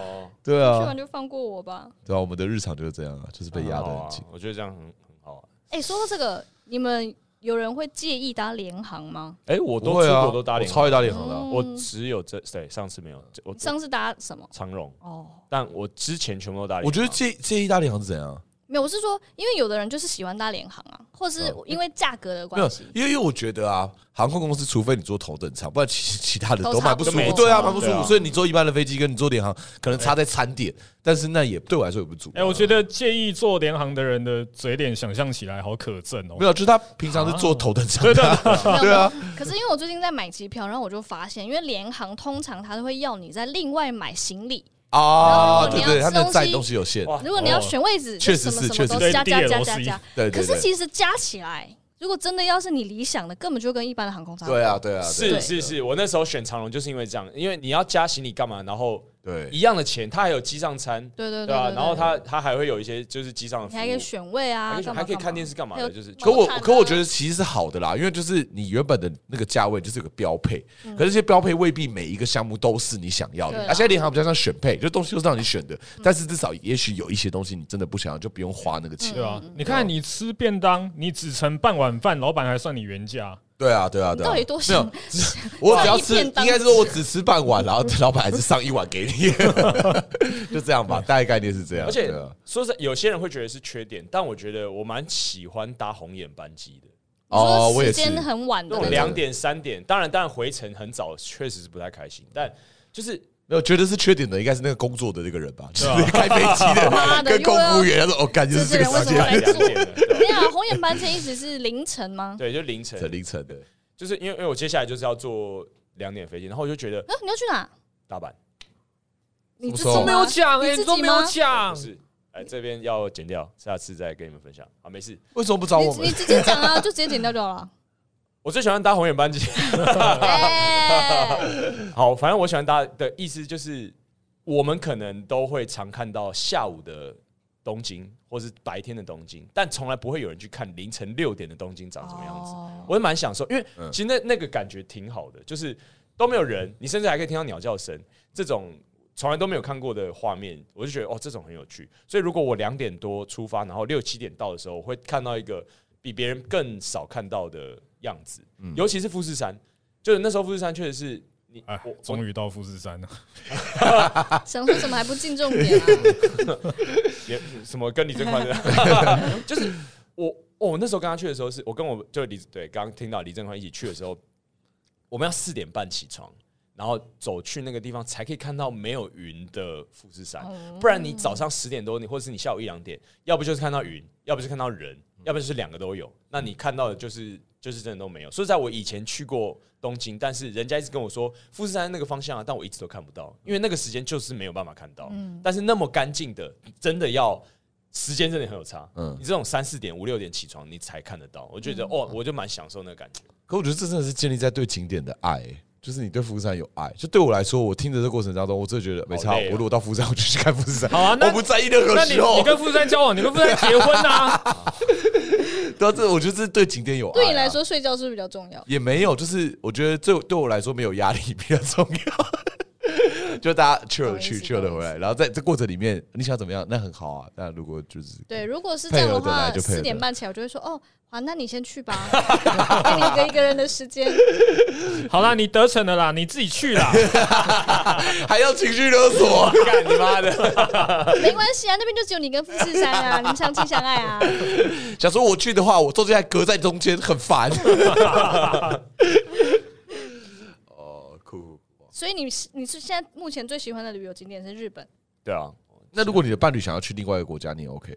Speaker 3: 对
Speaker 2: [laughs] 去
Speaker 3: 啊
Speaker 2: 完，就放过我吧。
Speaker 3: 对啊，我们的日常就是这样啊，就是被压得很紧
Speaker 1: 好啊。我觉得这样很很好啊。
Speaker 2: 哎、说到这个，你们有人会介意搭联航吗？
Speaker 1: 哎，我
Speaker 3: 不
Speaker 1: 都
Speaker 3: 会
Speaker 1: 出
Speaker 3: 啊，
Speaker 1: 国都搭
Speaker 3: 我
Speaker 1: 脸，
Speaker 3: 超爱打脸行的
Speaker 2: 嗯
Speaker 3: 啊。
Speaker 1: 我只有这对上次没有，这我
Speaker 2: 你上次搭什么？
Speaker 1: 长荣，
Speaker 2: 哦，
Speaker 1: 但我之前全部都搭脸。
Speaker 3: 我觉得介介意打脸行是怎样啊？
Speaker 2: 没有，我是说，因为有的人就是喜欢搭联航啊，或是因为价格的
Speaker 3: 哦没有
Speaker 2: 关系。，
Speaker 3: 因为因为我觉得啊，航空公司除非你坐头等舱，不然其 [laughs] 其他的
Speaker 2: 都
Speaker 3: 都
Speaker 2: 差
Speaker 3: 蛮
Speaker 2: 不
Speaker 3: 不
Speaker 2: 多
Speaker 3: 舒
Speaker 1: 都没
Speaker 3: 服。对啊，蛮不舒
Speaker 1: 对啊
Speaker 3: 服。所以你坐一般的飞机跟你坐联航，可能差在餐点，但是那也对我来说也不足。
Speaker 4: 哎、我觉得介意做联航的人的嘴脸想象起来好可憎哦、
Speaker 3: 没有，就是他平常是坐头等舱的啊，
Speaker 2: 没
Speaker 3: 对
Speaker 2: 有
Speaker 3: 啊，
Speaker 2: 可是因为我最近在买机票，然后我就发现，因为联航通常它都会要你在另外买行李，
Speaker 3: 啊，
Speaker 2: 然后你
Speaker 3: 对
Speaker 2: 要
Speaker 3: 对，
Speaker 2: 吃
Speaker 3: 他们
Speaker 2: 东
Speaker 3: 载
Speaker 2: 西
Speaker 3: 东西有限，
Speaker 1: 哇
Speaker 2: 如果你要选位置，
Speaker 3: 哦确实
Speaker 2: 什
Speaker 3: 是
Speaker 2: 么什
Speaker 3: 确
Speaker 2: 么
Speaker 3: 实
Speaker 2: 都
Speaker 4: 是
Speaker 2: 加加
Speaker 4: 对
Speaker 2: 加
Speaker 4: DLCC
Speaker 2: 加加。
Speaker 3: 对
Speaker 2: 可
Speaker 3: 对
Speaker 2: 是
Speaker 3: 对，
Speaker 2: 其实加起来，如果真的要是你理想的，根本就跟一般的航空差不多。
Speaker 3: 对啊，对啊，对
Speaker 1: 是是是，我那时候选长荣就是因为这样，因为你要加行李干嘛，然后
Speaker 3: 对
Speaker 1: 一样的钱，它还有机上餐，
Speaker 2: 对对
Speaker 1: 对吧、
Speaker 2: 对
Speaker 1: 然后它它还会有一些就是机上的
Speaker 2: 你
Speaker 1: 服
Speaker 2: 还可以
Speaker 1: 务，
Speaker 2: 选位
Speaker 1: 还可
Speaker 2: 啊，
Speaker 1: 以
Speaker 2: 干嘛
Speaker 1: 还可以
Speaker 2: 干嘛
Speaker 1: 看电视干嘛
Speaker 2: 还
Speaker 1: 的，
Speaker 2: 有
Speaker 1: 就是
Speaker 2: 猫
Speaker 3: 可我
Speaker 2: 毯啊
Speaker 3: 可我觉得其实是好的啦，因为就是你原本的那个价位就是有个标配，可是这些标配未必每一个项目都是你想要的。
Speaker 2: 嗯对啊嗯
Speaker 3: 而、啊、现在联航比较像选配，就东西都是让你选的，但是至少也许有一些东西你真的不想要，就不用花那个钱。
Speaker 4: 对啊，
Speaker 2: 嗯
Speaker 4: 你看你吃便当，你只盛半碗饭，老板还算你原价。
Speaker 3: 对啊，对啊，
Speaker 2: 你
Speaker 3: 对
Speaker 2: 到
Speaker 3: 啊
Speaker 2: 底。多
Speaker 3: 没
Speaker 2: 想
Speaker 3: 有？， [laughs]
Speaker 2: [laughs]
Speaker 3: 我只要
Speaker 2: 一
Speaker 3: 吃，
Speaker 2: 片
Speaker 3: 应
Speaker 2: 当
Speaker 3: 该是说我只吃半碗，然后老板还是上一碗给你， [laughs] 就这样吧，大概概念是这样。
Speaker 1: 而且
Speaker 3: 对啊
Speaker 1: 说实在，有些人会觉得是缺点，但我觉得我蛮喜欢搭红眼班机的，
Speaker 2: 你
Speaker 3: 哦，我
Speaker 2: 说
Speaker 3: 也
Speaker 2: 时
Speaker 3: 是，
Speaker 2: 间很晚的
Speaker 3: 啊
Speaker 1: 那种
Speaker 2: 那
Speaker 1: 两
Speaker 2: 种，
Speaker 1: 点三点，当然当然回程很早，确实是不太开心，但就是
Speaker 3: 没有觉得是缺点的，应该是那个工作的那个人吧，就是
Speaker 4: 对啊
Speaker 3: 开飞机
Speaker 2: [laughs] 妈
Speaker 3: 的
Speaker 2: 的
Speaker 3: 跟空服员，他说哦，干就
Speaker 2: 这
Speaker 3: 是
Speaker 2: 些
Speaker 3: 这个
Speaker 2: 人为
Speaker 3: 时
Speaker 2: 什么
Speaker 3: 间， [laughs]
Speaker 2: 来
Speaker 1: 两
Speaker 2: 做？
Speaker 1: 点了，对
Speaker 2: 没有，红眼班车一直是凌晨吗？
Speaker 1: 对，就凌晨，
Speaker 3: 很凌晨的。
Speaker 1: 就是因为因为我接下来就是要坐两点飞机，然后我就觉得啊
Speaker 2: 啊，你要去哪？
Speaker 1: 大
Speaker 2: 嗯
Speaker 1: 阪
Speaker 2: 你自
Speaker 3: 什么时
Speaker 2: 己
Speaker 3: 候
Speaker 2: 没有讲
Speaker 4: 欸
Speaker 2: 哎，你自己吗？
Speaker 1: 讲，不是，哎，这边要剪掉，下次再跟你们分享。好，没事，
Speaker 3: 为什么不找
Speaker 2: 你
Speaker 3: 我
Speaker 2: 你
Speaker 3: 们？
Speaker 2: 直接讲啊，就直接剪掉就好了。
Speaker 1: 我最喜欢搭红眼班机。
Speaker 2: 哎
Speaker 1: 好，反正我喜欢搭的意思就是，我们可能都会常看到下午的东京，或是白天的东京，但从来不会有人去看凌晨六点的东京长什么样子。
Speaker 2: 哦
Speaker 1: 我也蛮享受，因为
Speaker 3: 嗯
Speaker 1: 其实那那个感觉挺好的，就是都没有人，你甚至还可以听到鸟叫声，这种从来都没有看过的画面，我就觉得哦，这种很有趣。所以如果我两点多出发，然后六七点到的时候，我会看到一个比别人更少看到的样子，尤其是富士山，就是那时候富士山确实是。你
Speaker 4: 哎
Speaker 1: 我，我
Speaker 4: 终于到富士山了。
Speaker 2: 想说什么还不进重点啊？
Speaker 1: 也什么跟李正宽的，就是我哦，那时候跟他去的时候是，我跟我就李对，刚刚听到李正宽一起去的时候，我们要四点半起床，然后走去那个地方才可以看到没有云的富士山，不然你早上十点多，你或者是你下午一两点，要不就是看到云，要不就是看到人，
Speaker 3: 嗯
Speaker 1: 要不就是两个都有。那你看到的就是就是真的都没有。说实在，我以前去过东京，但是人家一直跟我说富士山那个方向啊，但我一直都看不到，因为那个时间就是没有办法看到。但是那么干净的，真的要。时间真的很有差，
Speaker 3: 嗯
Speaker 1: 你这种三四点、五六点起床，你才看得到，我就觉得、哦，我就蛮享受那个感觉。 [laughs]
Speaker 3: 可我觉得这真的是建立在对景点的爱，就是你对富士山有爱。就对我来说，我听着这过程当中，我真的觉得没差。
Speaker 1: 好累哦
Speaker 3: 我如果到富士山，我就去看富士山。
Speaker 4: 好啊那
Speaker 3: 我不在意任何
Speaker 4: 那你
Speaker 3: 时候
Speaker 4: 你。跟富士山交往，你跟富士山结婚啊？
Speaker 3: 对啊，这我觉得这是对景点有爱啊。
Speaker 2: 对你来说，睡觉是不是比较重要？
Speaker 3: 也没有，就是我觉得这对我来说没有压力比较重要。 [laughs] 就大家 chill
Speaker 2: 懂
Speaker 3: 的
Speaker 2: 意
Speaker 3: 去
Speaker 2: 思
Speaker 3: ，chill 的
Speaker 2: 懂
Speaker 3: 回
Speaker 2: 意
Speaker 3: 来，然后在这过程里面，你想怎么样，那很好啊。那如果就是
Speaker 2: 对，如果是这样
Speaker 3: 嗯配合
Speaker 2: 的
Speaker 3: 得
Speaker 2: 话，
Speaker 3: 来就配合得来
Speaker 2: 四点半起来我就会说哦，好，那你先去吧， [laughs] 给你一个一个人的时
Speaker 3: [laughs]
Speaker 2: 间。
Speaker 4: 好啦，你得逞了啦，你自己去啦。
Speaker 3: 还要情绪勒索，
Speaker 1: 干你妈的！
Speaker 2: 没关系啊，那边就只有你跟富士山啊， [laughs] 你们相亲相爱啊。
Speaker 3: 想说我去的话，我中间还隔在中间，很烦。哦，酷。
Speaker 2: 所以你是你是现在目前最喜欢的旅游景点是日本，
Speaker 1: 对啊，
Speaker 3: 那如果你的伴侣想要去另外一个国家，你也 OK？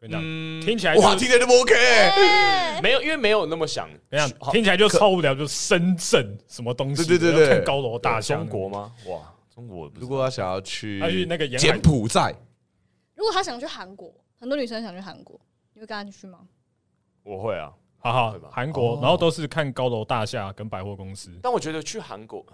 Speaker 4: 跟你讲，
Speaker 1: 嗯，
Speaker 4: 听起来
Speaker 3: 哇，
Speaker 4: 就
Speaker 3: 听起来就不 OK，
Speaker 2: 哎
Speaker 1: 没有，因为没有那么想。
Speaker 4: 怎样？
Speaker 1: 好
Speaker 4: 听起来就超无聊，就深圳什么东西？
Speaker 3: 对对对对
Speaker 4: 要看高楼大厦。
Speaker 1: 中国吗？哇，中国不
Speaker 3: 如
Speaker 1: 是
Speaker 3: 果他想要去
Speaker 4: 他去那个沿海
Speaker 3: 柬埔寨，
Speaker 2: 如果他想去韩国，很多女生想去韩国，你会跟他去吗？
Speaker 1: 我会啊，
Speaker 4: 好好
Speaker 1: 对吧，
Speaker 4: 韩国
Speaker 3: 哦，
Speaker 4: 然后都是看高楼大厦跟百货公司。
Speaker 1: 但我觉得去韩国，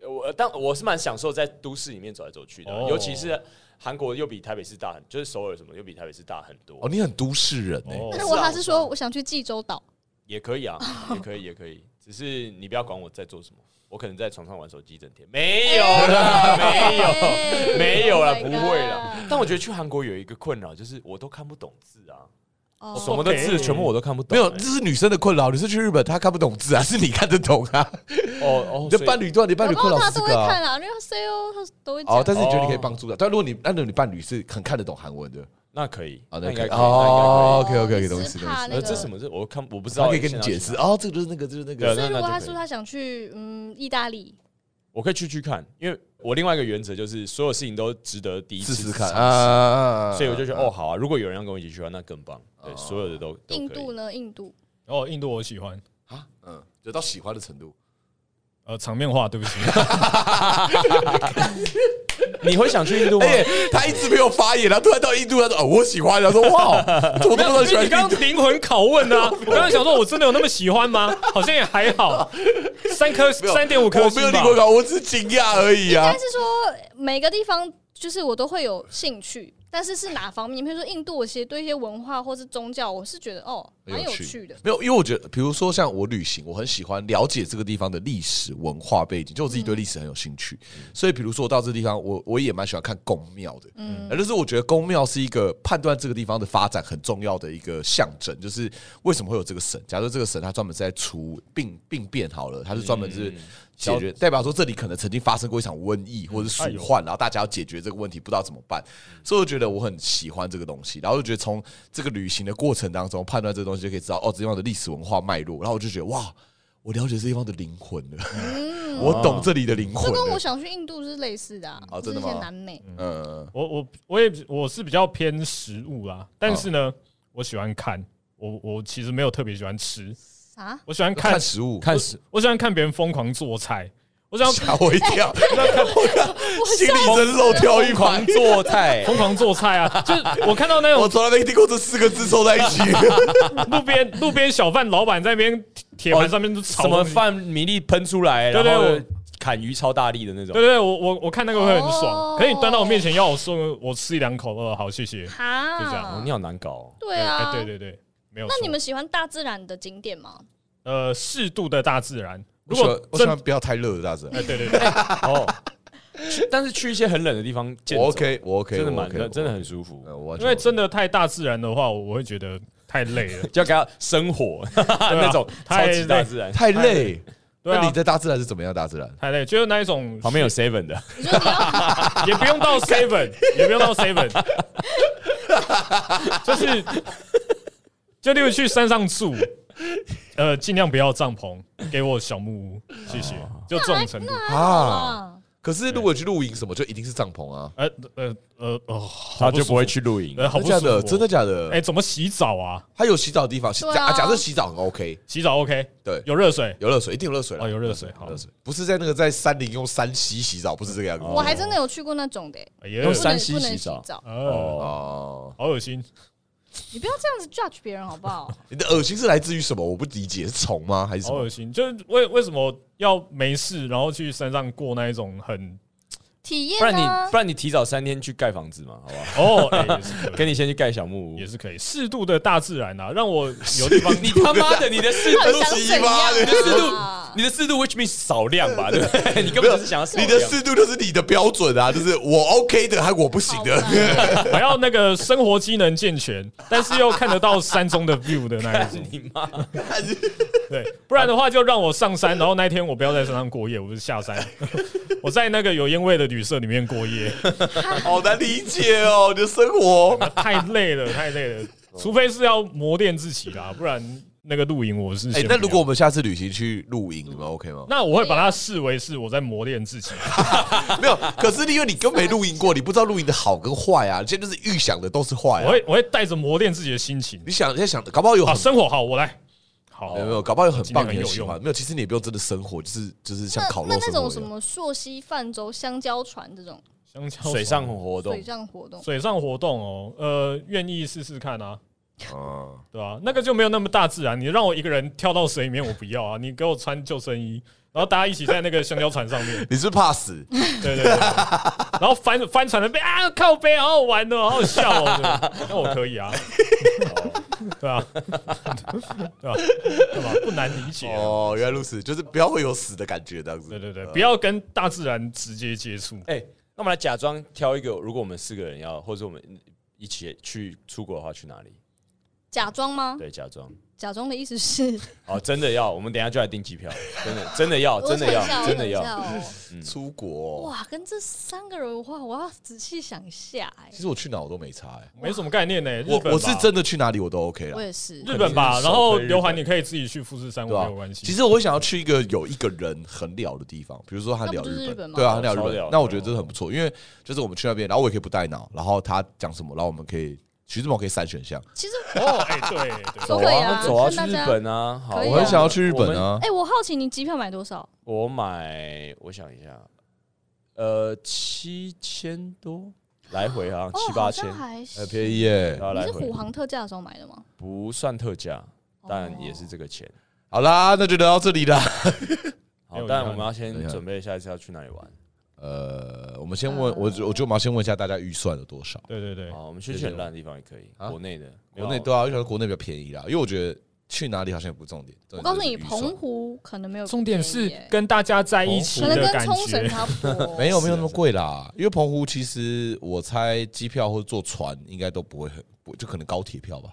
Speaker 1: 呃我但我是蛮享受在都市里面走来走去的，
Speaker 4: 哦
Speaker 1: 尤其是韩国又比台北市大很，就是首尔什么又比台北市大很多，
Speaker 3: 哦，你很都市人呢、
Speaker 4: 哦
Speaker 2: 那如果他
Speaker 1: 我
Speaker 2: 是
Speaker 1: 知道
Speaker 2: 说我想去济州岛，
Speaker 1: 也可以啊，也可以，也可以，只是你不要管我在做什么，我可能在床上玩手机一整天，没有啦，没有。
Speaker 2: 有
Speaker 1: 没有啦不会啦。但我觉得去韩国有一个困扰，就是我都看不懂字啊，
Speaker 2: 哦
Speaker 1: 什么的字
Speaker 4: OK
Speaker 1: 全部我都看不懂。
Speaker 3: 没有，
Speaker 1: 欸
Speaker 3: 这是女生的困扰。你是去日本，她看不懂字啊，是你看得懂啊？
Speaker 1: 哦哦
Speaker 3: 你，的
Speaker 1: 所以
Speaker 3: 伴侣对啊，你伴
Speaker 2: 搞
Speaker 3: 侣
Speaker 2: 不
Speaker 3: 困
Speaker 2: 好
Speaker 3: 扰
Speaker 2: 他
Speaker 3: 是
Speaker 2: 都
Speaker 3: 这
Speaker 2: 会
Speaker 3: 个啊。
Speaker 2: 看啊，因为他 C O 他都会讲，。
Speaker 3: 哦但是你觉得你可以
Speaker 1: 哦
Speaker 3: 帮助的，但如果你那你伴侣是很看得懂韩文的，
Speaker 1: 那可以，
Speaker 3: 啊
Speaker 1: 那
Speaker 3: 那
Speaker 1: 应
Speaker 3: 可
Speaker 1: 该
Speaker 3: 以
Speaker 1: 可以，哦，
Speaker 3: 哦，OK，OK，OK，
Speaker 2: 你只
Speaker 3: 懂意
Speaker 2: 是
Speaker 3: 思懂意思
Speaker 2: 怕
Speaker 1: 那
Speaker 2: 那
Speaker 1: 这什
Speaker 2: 个。
Speaker 1: 么字我看我不知
Speaker 3: 她
Speaker 1: 道，
Speaker 3: 可以跟你解释。哦，这个就是那个，就是那
Speaker 1: 对
Speaker 3: 个。
Speaker 2: 所以如果
Speaker 1: 那那
Speaker 2: 他
Speaker 1: 就可以
Speaker 2: 说他想去嗯意大利，
Speaker 1: 我可以去去看，因为我另外一个原则就是所有事情都值得第一次
Speaker 3: 试试看
Speaker 1: 尝
Speaker 3: 啊啊
Speaker 1: 试
Speaker 3: 啊啊！啊
Speaker 1: 所以我就觉得哦，，好啊，如果有人要跟我一起去的话，那更棒。对，所有的都都
Speaker 2: 印
Speaker 1: 可以
Speaker 2: 度呢？印度
Speaker 4: 哦，印度我喜欢，
Speaker 3: 啊，嗯，有到喜欢的程度。
Speaker 4: 呃，场面化，
Speaker 3: [laughs]
Speaker 4: 对不起。
Speaker 1: 你会想去印度吗？
Speaker 3: 哎， [laughs] 他一直没有发言，然后突然到印度，他说哦，我喜欢，然后说哇，怎么
Speaker 4: 没
Speaker 3: 那
Speaker 4: 有，
Speaker 3: 么喜
Speaker 4: [laughs] 你
Speaker 3: 欢
Speaker 4: 刚
Speaker 3: 印度
Speaker 4: 刚？灵魂拷问
Speaker 3: [laughs]
Speaker 4: 啊！我刚刚想说，我真的有那么喜欢吗？好像也还好，三颗
Speaker 3: 没有
Speaker 4: 三点五颗
Speaker 3: 我没有听
Speaker 4: 星吧。
Speaker 3: 过稿，我只是惊讶而已啊
Speaker 2: 但。是说每个地方就是我都会有兴趣，但是是哪方面？比如说印度，我其实对一些文化或是宗教，我是觉得哦蛮有趣的。
Speaker 3: 没有，因为我觉得，比如说像我旅行，我很喜欢了解这个地方的历史文化背景，就我自己对历史很有兴趣，
Speaker 2: 嗯
Speaker 3: 所以比如说我到这地方，我我也蛮喜欢看宫庙的，嗯，但是我觉得宫庙是一个判断这个地方的发展很重要的一个象征，就是为什么会有这个神？假如这个神他专门是在除病病变好了，他是专门是。
Speaker 2: 嗯
Speaker 3: 解决嗯哎代表说这里可能曾经发生过一场瘟疫或者鼠患，然后大家要解决这个问题，不知道怎么办，所以我觉得我很喜欢这个东西，然后就觉得从这个旅行的过程当中判断这个东西，就可以知道哦，这地方的历史文化脉络，然后我就觉得哇，我了解这地方的灵魂了， [laughs] 我懂这里的灵
Speaker 2: 这
Speaker 3: 魂
Speaker 2: 跟
Speaker 3: 了
Speaker 2: 我，想去印度是类似的啊，
Speaker 3: 哦
Speaker 2: 就
Speaker 3: 真
Speaker 2: 是一
Speaker 3: 的吗
Speaker 2: 些南美。
Speaker 3: 嗯，
Speaker 4: 我我我也我是比较偏食物啦，但是呢，我喜欢看，我我其实没有特别喜欢吃，
Speaker 2: 啥？
Speaker 4: 我喜欢看
Speaker 3: 看，食物，
Speaker 1: [laughs] 看是
Speaker 4: 我喜欢看别人疯狂做菜，我
Speaker 3: [laughs]
Speaker 4: 想要
Speaker 3: 吓我一跳，我看心里真漏跳一
Speaker 1: 狂
Speaker 3: 拍。
Speaker 1: 做菜
Speaker 4: [laughs] ，疯狂做菜啊！就是我看到那
Speaker 3: [laughs] 我
Speaker 4: 种
Speaker 3: 从来没听过这四个字凑在一起，
Speaker 4: 路边路边小贩老板在那边铁
Speaker 3: 哦
Speaker 4: 盘上面就炒
Speaker 1: 什么
Speaker 4: 东西
Speaker 1: 饭米粒喷出来，
Speaker 4: 对
Speaker 1: 然
Speaker 4: 对
Speaker 1: 后
Speaker 4: 我
Speaker 1: 砍鱼超大力的那种
Speaker 4: 对。对，对我我我看那个会很爽
Speaker 2: 哦，
Speaker 4: 可是你端到我面前要我说我吃一两口，呃，好谢谢。就这样
Speaker 1: 哦
Speaker 2: 啊哈
Speaker 1: 你，好难搞哦。
Speaker 2: 对啊
Speaker 4: 哎，对对对，没有错。
Speaker 2: 那你们喜欢大自然的景点吗？
Speaker 4: [laughs] 呃适度的大自然，
Speaker 3: [laughs] 我
Speaker 4: 如
Speaker 3: 喜欢
Speaker 4: 果
Speaker 3: 我喜
Speaker 4: 真
Speaker 3: 欢不要太热的大 [laughs] 自然
Speaker 4: 哎对对对， [laughs]
Speaker 1: 哦，去但是去一些很冷的地方健走，
Speaker 3: 我 OK，我 OK，
Speaker 1: 真的
Speaker 3: 我
Speaker 1: 蛮
Speaker 3: OK，
Speaker 1: 真的
Speaker 3: 我
Speaker 1: 很舒服。
Speaker 3: OK，，呃我完全
Speaker 4: 因为
Speaker 3: OK
Speaker 4: 真的太大自然的话，我我会觉得太累了
Speaker 1: 就要给他生火
Speaker 4: 对啊
Speaker 1: [laughs] 那种超
Speaker 4: 太
Speaker 1: 级大自然，
Speaker 3: 太累。
Speaker 4: 对
Speaker 3: 那
Speaker 4: 啊
Speaker 3: 你，在大自然是怎么样？大自然
Speaker 4: 太累，就是那一种
Speaker 1: 旁边有 seven
Speaker 4: [laughs]
Speaker 1: 的，
Speaker 2: 你说你要
Speaker 4: 也不用
Speaker 3: [laughs]
Speaker 4: 到 seven，也不用到 seven，就是就例如去山上住，呃，尽量不要帐篷，给我小木屋，谢谢，
Speaker 3: 哦
Speaker 4: 就这种程度。
Speaker 3: 啊？
Speaker 2: 啊，
Speaker 3: 可是如果去露营什么，就一定是帐篷啊。
Speaker 4: 呃呃呃呃，好
Speaker 1: 他
Speaker 4: 不舒
Speaker 1: 就
Speaker 4: 服
Speaker 1: 不会，去露营。
Speaker 4: 呃，好
Speaker 3: 真
Speaker 4: 不
Speaker 3: 的假
Speaker 4: 舒服
Speaker 3: 的？
Speaker 4: 哦，
Speaker 3: 真的假的？
Speaker 4: 哎，怎么洗澡啊？
Speaker 3: 它有洗澡的地方，
Speaker 2: 对啊
Speaker 3: 假假设洗澡很 OK，
Speaker 4: 洗澡 OK，
Speaker 3: 对，
Speaker 4: 有热水
Speaker 3: 有热水，一定有热水
Speaker 4: 哦，
Speaker 3: 了，
Speaker 4: 有热水，好
Speaker 3: 热，水，不是在那个在山林用山溪洗澡，不是这个样子。
Speaker 2: 我
Speaker 4: 哦
Speaker 2: 还真的有去过那种的欸，
Speaker 4: 哎呀
Speaker 1: 用
Speaker 2: 不
Speaker 1: 山
Speaker 2: 能
Speaker 1: 西
Speaker 2: 不
Speaker 1: 洗
Speaker 2: 能洗
Speaker 1: 澡
Speaker 2: 澡，
Speaker 4: 哦，
Speaker 1: 哦，
Speaker 3: 哦，
Speaker 4: 好恶心，
Speaker 2: 你不要这样子 judge 别人好不
Speaker 4: [laughs]
Speaker 2: 好？
Speaker 3: 你的恶心是来自于什么？我不理解，是虫吗？还是什
Speaker 4: 好
Speaker 3: 么
Speaker 4: 恶？心，就是为为什么要没事然后去山上过那一种很
Speaker 2: 体验
Speaker 1: 不然
Speaker 2: 啊
Speaker 1: 你不然你提早三天去盖房子嘛，好不
Speaker 4: [laughs]
Speaker 1: 好？
Speaker 4: 哦，哎也是可以
Speaker 1: 跟你先去盖小木屋
Speaker 4: 也。是可以，适度的大自然啊，让我有地方
Speaker 3: [laughs]
Speaker 1: 你他妈的，你的适
Speaker 2: [laughs] 到底
Speaker 1: 度
Speaker 2: 想
Speaker 3: 都是
Speaker 2: 怎样
Speaker 3: 一八的
Speaker 2: 啊？
Speaker 1: 你的四度，which means 少量吧，对不对？你根本就是想要少
Speaker 3: 你
Speaker 1: 量
Speaker 3: 的适度就是你的标准啊，就是我 OK 的，还我不行的
Speaker 2: 好。吧
Speaker 4: 还要那个生活机能健全，但是又看得到山中的 view 的那一
Speaker 1: 干
Speaker 4: 种。
Speaker 1: 你妈！
Speaker 4: 对，不然的话就让我上山，然后那一天我不要在山上过夜，我是下山，
Speaker 3: [laughs]
Speaker 4: 我在那个有烟味的旅社里面过夜，
Speaker 3: [laughs]
Speaker 4: [laughs]
Speaker 3: 好难理解哦，你的生活。
Speaker 4: 太累了，太累了。
Speaker 3: 哦
Speaker 4: 除非是要磨练自己啦，不然那个露营我是
Speaker 3: 哎
Speaker 4: 先，不
Speaker 3: 那
Speaker 4: 要。
Speaker 3: 如果我们下次旅行去露营，你们 OK 吗？
Speaker 4: 那我会把它视为是我在磨练自己，
Speaker 3: 没有，可是因为你根本没露营过，你不知道露营的好跟坏啊。你现在就是预想的都是坏
Speaker 4: 我
Speaker 3: 啊。
Speaker 4: 会我会带着磨练自己的心情
Speaker 3: 你想，你在想，搞不好有
Speaker 4: 啊，
Speaker 3: 很
Speaker 4: 生活好，我来好
Speaker 3: 没有没有，搞不好有很棒
Speaker 4: 今天很
Speaker 3: 你很
Speaker 4: 有
Speaker 3: 喜
Speaker 4: 用
Speaker 3: 欢。没有，其实你也不用真的生活，就是就是像
Speaker 2: 那
Speaker 3: 烤肉
Speaker 2: 那
Speaker 3: 生
Speaker 2: 那
Speaker 3: 活
Speaker 2: 种
Speaker 3: 一
Speaker 2: 什
Speaker 3: 样。
Speaker 2: 么溯溪、泛舟、香蕉船这种
Speaker 4: 香蕉
Speaker 1: 水上活动
Speaker 2: 水，上活动，
Speaker 4: 水上活动哦，呃，愿意试试看啊，
Speaker 3: 啊，
Speaker 4: 对吧、那个就没有那么大自然，你让我一个人跳到水里面，我不要啊！你给我穿救生衣，然后大家一起在那个香蕉船上面，
Speaker 3: 你是不是怕死？
Speaker 4: 对对对，
Speaker 3: [laughs]
Speaker 4: 然后翻翻船的背啊，靠背，好好玩哦，好好笑哦，对那我
Speaker 3: [laughs]
Speaker 4: 可以啊，对啊，对啊， [laughs] 对吧？不难理解啊、
Speaker 3: 哦，原来如此，就是不要会有死的感觉这样子。
Speaker 4: 对对对，
Speaker 3: 呃
Speaker 4: 不要跟大自然直接接触。
Speaker 1: 哎、那我们来假装挑一个，如果我们四个人要，或者我们一起去出国的话，去哪里？
Speaker 2: 假装吗？
Speaker 1: 对，假装。
Speaker 2: 假装的意思是，
Speaker 1: 哦，真的要，我们等一下就来订机票，真的，真的要，
Speaker 2: 我
Speaker 1: [laughs] 真的
Speaker 2: 想一下
Speaker 1: 要，
Speaker 2: 我
Speaker 1: 真
Speaker 2: 想
Speaker 1: 的
Speaker 2: 一
Speaker 1: 要。
Speaker 2: 下哦
Speaker 3: 出国哦，
Speaker 2: 哇，跟这三个人的话，我要仔细想一下哎
Speaker 3: 其，实我去哪我都没差哎。
Speaker 4: 没什么概念呢、日
Speaker 3: 我
Speaker 4: 本吧
Speaker 3: 我是真的去哪里我都
Speaker 1: 啊
Speaker 3: OK 了
Speaker 2: 我。也是
Speaker 4: 日本吧，然后刘
Speaker 1: 环
Speaker 4: 环你可以自己去富士山，
Speaker 3: 对
Speaker 4: 我
Speaker 3: 吧、
Speaker 4: 没有关
Speaker 3: 其
Speaker 4: 系。
Speaker 3: 实我会想要去一个有一个人很聊的地方，比如说他聊
Speaker 2: 那不就是
Speaker 3: 日
Speaker 2: 日本吗
Speaker 3: 对啊，他聊日
Speaker 1: 超
Speaker 3: 本
Speaker 1: 聊，
Speaker 3: 那我觉得这很不错，因为就是我们去那边，然后我也可以不带脑，然后他讲什么，然后我们可以徐志摩可以筛选项，
Speaker 2: 其实
Speaker 4: 哦，哎、
Speaker 3: [laughs]
Speaker 4: 对
Speaker 2: 都
Speaker 1: 走
Speaker 2: 可以
Speaker 1: 啊，
Speaker 2: 啊，
Speaker 1: 走啊，去
Speaker 2: 看
Speaker 1: 日
Speaker 2: 大家。
Speaker 1: 本啊！好，
Speaker 2: 可以啊
Speaker 3: 我很想要去日本
Speaker 1: 我们。
Speaker 3: 啊。
Speaker 2: 哎，我好奇你机票买多少？
Speaker 1: 我买，我想一下，呃，七千多来回好像
Speaker 2: 哦，
Speaker 1: 七八
Speaker 2: 好
Speaker 1: 千
Speaker 2: 像，还行
Speaker 3: 很哎便宜耶
Speaker 1: 然！后
Speaker 2: 你
Speaker 1: 来
Speaker 2: 是
Speaker 1: 回
Speaker 2: 虎航特价的时候买的吗？
Speaker 1: 不算特价，但
Speaker 2: 哦
Speaker 1: 也是这个钱。
Speaker 3: 好啦，那就聊到这里
Speaker 2: [laughs]
Speaker 3: 啦。
Speaker 4: 没
Speaker 1: 好
Speaker 4: 有，遗
Speaker 1: 但
Speaker 4: 憾
Speaker 1: 我们要先
Speaker 3: 等一下
Speaker 1: 准备下一次要去哪里玩。
Speaker 3: 呃，我们先问我，我觉得我们要先问一下大家预算有多少？
Speaker 4: 对对对，
Speaker 1: 好，我们去很烂的地方也可以，
Speaker 3: 啊
Speaker 1: 国内的，
Speaker 3: 国内
Speaker 1: 都
Speaker 3: 对啊，因为国内比较便宜啦，因为我觉得去哪里好像也不重点。
Speaker 2: 我
Speaker 3: 我
Speaker 2: 告诉你，澎湖可能没有
Speaker 4: 重点是
Speaker 2: 便宜哎
Speaker 4: 跟大家在一起
Speaker 2: 可能
Speaker 4: 的
Speaker 2: 跟
Speaker 4: 感
Speaker 2: 冲绳
Speaker 4: 觉。
Speaker 2: 差不
Speaker 1: [laughs]
Speaker 2: 多，
Speaker 3: 没有没有那么贵啦，因为澎湖其实我猜机票或者坐船应该都不会很，不就可能高铁票吧，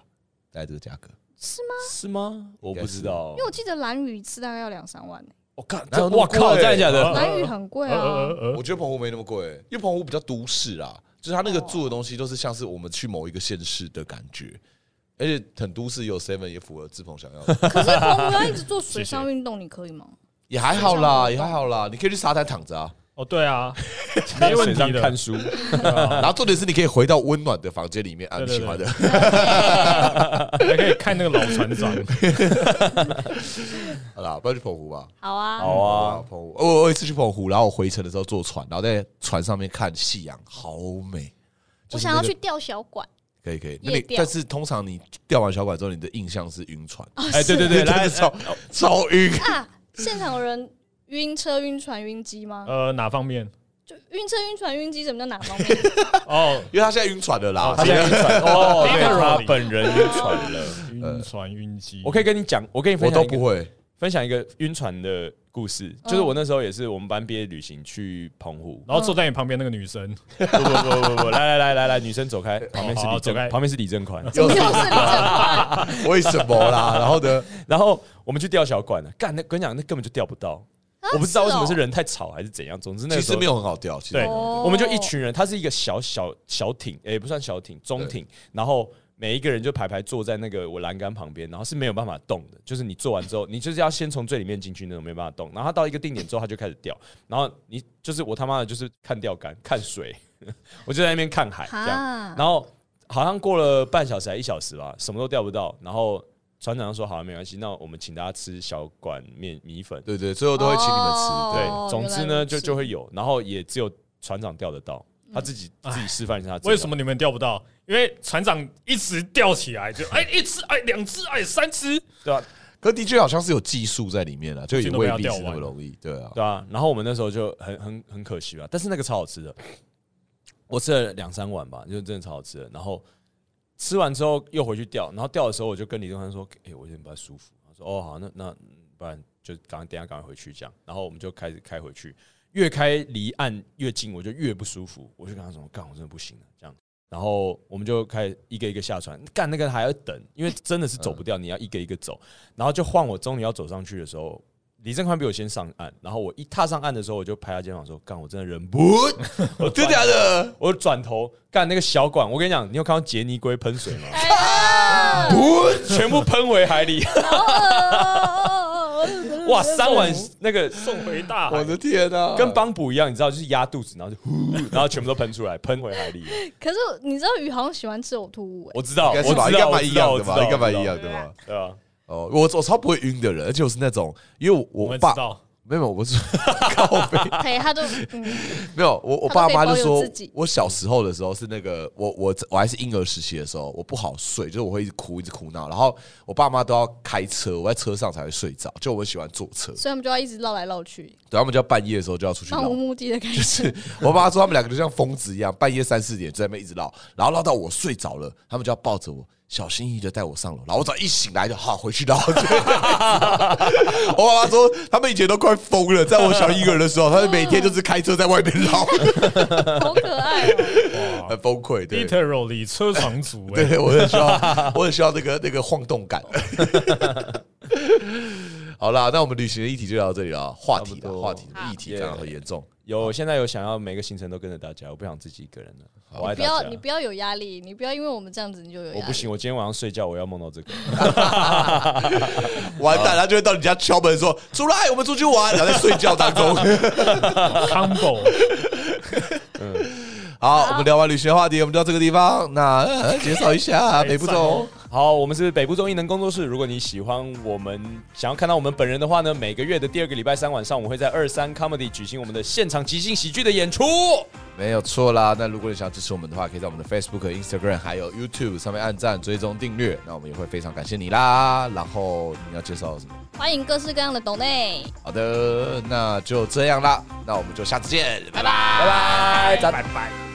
Speaker 3: 大概这个价格。
Speaker 2: 是吗？
Speaker 1: 是吗？我
Speaker 3: 应该
Speaker 1: 不
Speaker 3: 是
Speaker 1: 知道
Speaker 2: 因为。我记得蓝屿一次大概要两三万呢，
Speaker 1: 我靠，
Speaker 3: 哪
Speaker 1: 这
Speaker 3: 有那么
Speaker 1: 哇靠，
Speaker 3: 贵
Speaker 1: 真的假的？
Speaker 4: 啊
Speaker 2: 蓝屿很
Speaker 1: 呃
Speaker 2: 贵啊，
Speaker 3: 我觉得澎湖没那么贵、因为澎湖比较都市啦，就是它那个住的东西都是像是我们去某一个县市的感觉，而且很都市也有 seven 也符合志鹏想要
Speaker 1: 呃
Speaker 3: 的， [laughs]
Speaker 2: 可是澎湖要一直做水上运动，你可以吗？
Speaker 3: 也还好啦，也还好啦，你可以去沙滩躺着啊，
Speaker 4: 哦，对啊，没问
Speaker 1: 水上
Speaker 4: 题的
Speaker 1: 看。书，
Speaker 4: 对啊
Speaker 3: 然后重点是你可以回到温暖的房间里面，啊，
Speaker 4: 对
Speaker 3: 你
Speaker 4: 对
Speaker 3: 喜欢的。
Speaker 4: 还可以看那个老船长，
Speaker 3: [laughs] 好啦，不要去澎湖吧。
Speaker 2: 好啊，
Speaker 1: 好
Speaker 3: 哇，
Speaker 1: 啊，
Speaker 3: 澎湖，我我有一次去澎湖，然后我回程的时候坐船，然后在船上面看夕阳，好美。
Speaker 2: 我
Speaker 3: 就是
Speaker 2: 想
Speaker 3: 那
Speaker 2: 要
Speaker 3: 个
Speaker 2: 去钓小管，
Speaker 3: 可以可以，那
Speaker 2: 夜
Speaker 3: 你
Speaker 2: 钓
Speaker 3: 但是通常你钓完小管之后，你的印象是晕船，
Speaker 2: 哦
Speaker 1: 哎，对对对，
Speaker 3: [laughs] 真
Speaker 1: 来
Speaker 3: 的超超晕。 [laughs]
Speaker 2: 啊，现场有人晕车、晕船、晕机
Speaker 1: 啊
Speaker 2: 吗？
Speaker 4: 呃，哪方面？
Speaker 2: 就晕车、晕船、晕机，什么叫哪
Speaker 1: [laughs]
Speaker 2: 方面？
Speaker 4: 哦，
Speaker 3: 因为 [laughs] 他现在晕船了啦
Speaker 4: 哦，
Speaker 1: 他现在晕船 [laughs] 哦，对，他本人晕船了。
Speaker 4: [laughs] 晕船晕机，，
Speaker 1: 我可以跟你讲，我跟你
Speaker 3: 我
Speaker 1: 分享
Speaker 3: 都
Speaker 1: 一个
Speaker 3: 不会。
Speaker 1: 分享一个晕船的故事，就是我那时候也是我们班毕业旅行去澎湖
Speaker 4: 然后坐在你旁边那个女生，
Speaker 1: 不 [laughs] 不不不不，来来来来来，女生走开，旁边是
Speaker 4: 好
Speaker 1: 李
Speaker 4: 走
Speaker 1: 正
Speaker 4: 开，
Speaker 1: 旁边是李正宽，
Speaker 2: 又是你这
Speaker 3: 为什么
Speaker 1: [laughs]
Speaker 3: 啦？然后呢？
Speaker 1: 然后我们去钓小管了，干那跟你讲，那根本就钓不到， [laughs] 我不知道为什啊么是，人太吵还是怎样，总之那
Speaker 3: 其
Speaker 1: 个时
Speaker 3: 实
Speaker 1: 候
Speaker 3: 没。有很好钓，其实
Speaker 4: 对
Speaker 2: 啊
Speaker 3: 没有很好钓
Speaker 1: 我
Speaker 2: 哦
Speaker 1: 们就一群人，它是一个小小小艇，也、不算小艇，中艇，然后每一个人就排排坐在那个我栏杆旁边，然后是没有办法动的，就是你做完之后，你就是要先从最里面进去那种，没办法动。然后它到一个定点之后，它就开始掉，然后你就是我他妈的就是看钓竿、看水， [laughs] 我就在那边看海这样，
Speaker 2: 啊，
Speaker 1: 然后好像过了半小时还一小时吧，什么都钓不到，然后。船长就说：“好、啊没关系，那我们请大家吃小管面米粉。”
Speaker 3: 对对，最后都会请你们吃。
Speaker 1: 对，
Speaker 2: 哦
Speaker 1: 总之
Speaker 2: 原来
Speaker 1: 呢，
Speaker 2: 如
Speaker 1: 就
Speaker 2: 此嗯
Speaker 1: 就会有，然后也只有船长钓得到，他自己自己示范一下。
Speaker 4: 为什
Speaker 1: 么？
Speaker 4: 么你们钓不到？因为船长一直钓起来，就哎一只哎两只哎三只，
Speaker 1: 对啊，
Speaker 3: 可的确好像是有技术在里面了，啊就也未必是那么
Speaker 4: 我觉得不要钓
Speaker 3: 容易。对啊，
Speaker 1: 对啊。然后我们那时候就很很很可惜吧，但是那个超好吃的，我吃了两三碗吧，就真的超好吃的。然后吃完之后又回去钓，然后钓的时候我就跟李东汉说：“哎、我有点不太舒服。”他说：“哦，好，那那嗯不不然就赶快等一下赶快回去这样。然后我们就开始开回去，越开离岸越近，我就越不舒服。我就跟他说：“干，我真的不行了。”这样，然后我们就开始一个一个下船，干那个还要等，因为真的是走不掉，你要一个一个走。然后就换我终于要走上去的时候，李正宽比我先上岸，然后我一踏上岸的时候，我就拍他肩膀说：“干，我真的忍不 [laughs]
Speaker 3: 我真假的？
Speaker 1: 我转头干那个小管，我跟你讲，你有看到杰尼龟喷水吗？
Speaker 2: [laughs] 哎呀，
Speaker 1: 嗯全部喷回海里，哇！三碗那个
Speaker 4: 送回大
Speaker 3: 我
Speaker 4: 海。
Speaker 3: 的天啊！
Speaker 1: 跟帮补一样，你知道，就是压肚子，然后就呼，然后全部都喷出来，喷回海里。
Speaker 2: [laughs] 可是你知道鱼好像喜欢吃呕吐物哎、
Speaker 1: 我知道，
Speaker 3: 应
Speaker 1: 我知
Speaker 3: 该是吧，
Speaker 1: 道，
Speaker 3: 应该
Speaker 1: 我
Speaker 3: 蛮
Speaker 1: 知
Speaker 3: 一
Speaker 1: 道
Speaker 3: 样的吧，应该蛮一。
Speaker 1: 我知道
Speaker 3: 样的吧。
Speaker 1: 对啊，
Speaker 3: 哦，我我超不会晕的人，而且我是那种，因为
Speaker 4: 我
Speaker 3: 我我
Speaker 4: 们知
Speaker 3: 爸
Speaker 4: 道，
Speaker 3: 没有，我是 [laughs] 靠背，
Speaker 2: 嘿，他就、嗯、
Speaker 3: 没有，我我
Speaker 2: 他都
Speaker 3: 爸
Speaker 2: 可以
Speaker 3: 妈就
Speaker 2: 保有
Speaker 3: 说
Speaker 2: 自己，
Speaker 3: 我小时候的时候是那个，我我我还是婴儿时期的时候，我不好睡，就是我会一直哭，一直哭闹，然后我爸妈都要开车，我在车上才会睡着，就我很喜欢坐车，
Speaker 2: 所以他们就要一直绕来绕去，
Speaker 3: 对，他们就要半夜的时候就要出去
Speaker 2: 漫
Speaker 3: 绕 [laughs]
Speaker 2: 无。目的
Speaker 1: [laughs]
Speaker 2: 的开始。
Speaker 3: 我爸妈说他们两个就像疯子一样，半夜三四点就在那边一直闹，然后闹到我睡着了，他们就要抱着我，小心翼翼的带我上楼。然后我只要一醒来就好回
Speaker 2: [laughs]
Speaker 3: 去闹。就我爸妈说他们以前都快疯了，在我小婴儿的时候，他们每天就是开车在外面闹，
Speaker 2: 好可爱、哦，
Speaker 3: 很崩溃。对。
Speaker 4: literally 车床族哎、
Speaker 3: 对，我很需
Speaker 1: [laughs]
Speaker 3: 要，我很需要那个那个晃动感。好啦，那我们旅行的议题就到这里了，话题
Speaker 1: 差
Speaker 3: 啦，
Speaker 1: 不多
Speaker 3: 话题
Speaker 2: 好
Speaker 3: 议题非常很严重。
Speaker 1: 有现在有想要每个行程都跟着大家，我不想自己一个人了。我爱
Speaker 2: 不
Speaker 1: 大
Speaker 2: 要
Speaker 1: 家
Speaker 2: 你。不要有压力，你不要因为我们这样子你就有压力。
Speaker 1: 我不行，我今天晚上睡觉我要梦到这个。
Speaker 3: 完蛋，他就会到你家敲门说：“出来，我们出去玩。”然后在睡觉当
Speaker 1: [laughs]
Speaker 3: 中。
Speaker 4: combo
Speaker 3: 好，我们聊完旅行的话题，我们就到这个地方。那呃介绍一下
Speaker 4: 太
Speaker 3: 北部
Speaker 4: 赞了
Speaker 3: 总，
Speaker 1: 好，我们是北部综艺能工作室。如果你喜欢我们，想要看到我们本人的话呢，每个月的第二个礼拜三晚上，我们会在二三 Comedy 举行我们的现场即兴喜剧的演出。
Speaker 3: 没有错啦。那如果你想支持我们的话，可以在我们的 Facebook、Instagram 还有 YouTube 上面按赞、追踪、订阅。那我们也会非常感谢你啦。然后你要介绍什么？
Speaker 2: 欢迎各式各样的抖内。
Speaker 3: 好的，那就这样啦，那我们就下次见，拜拜。
Speaker 1: 拜拜，
Speaker 4: 拜拜。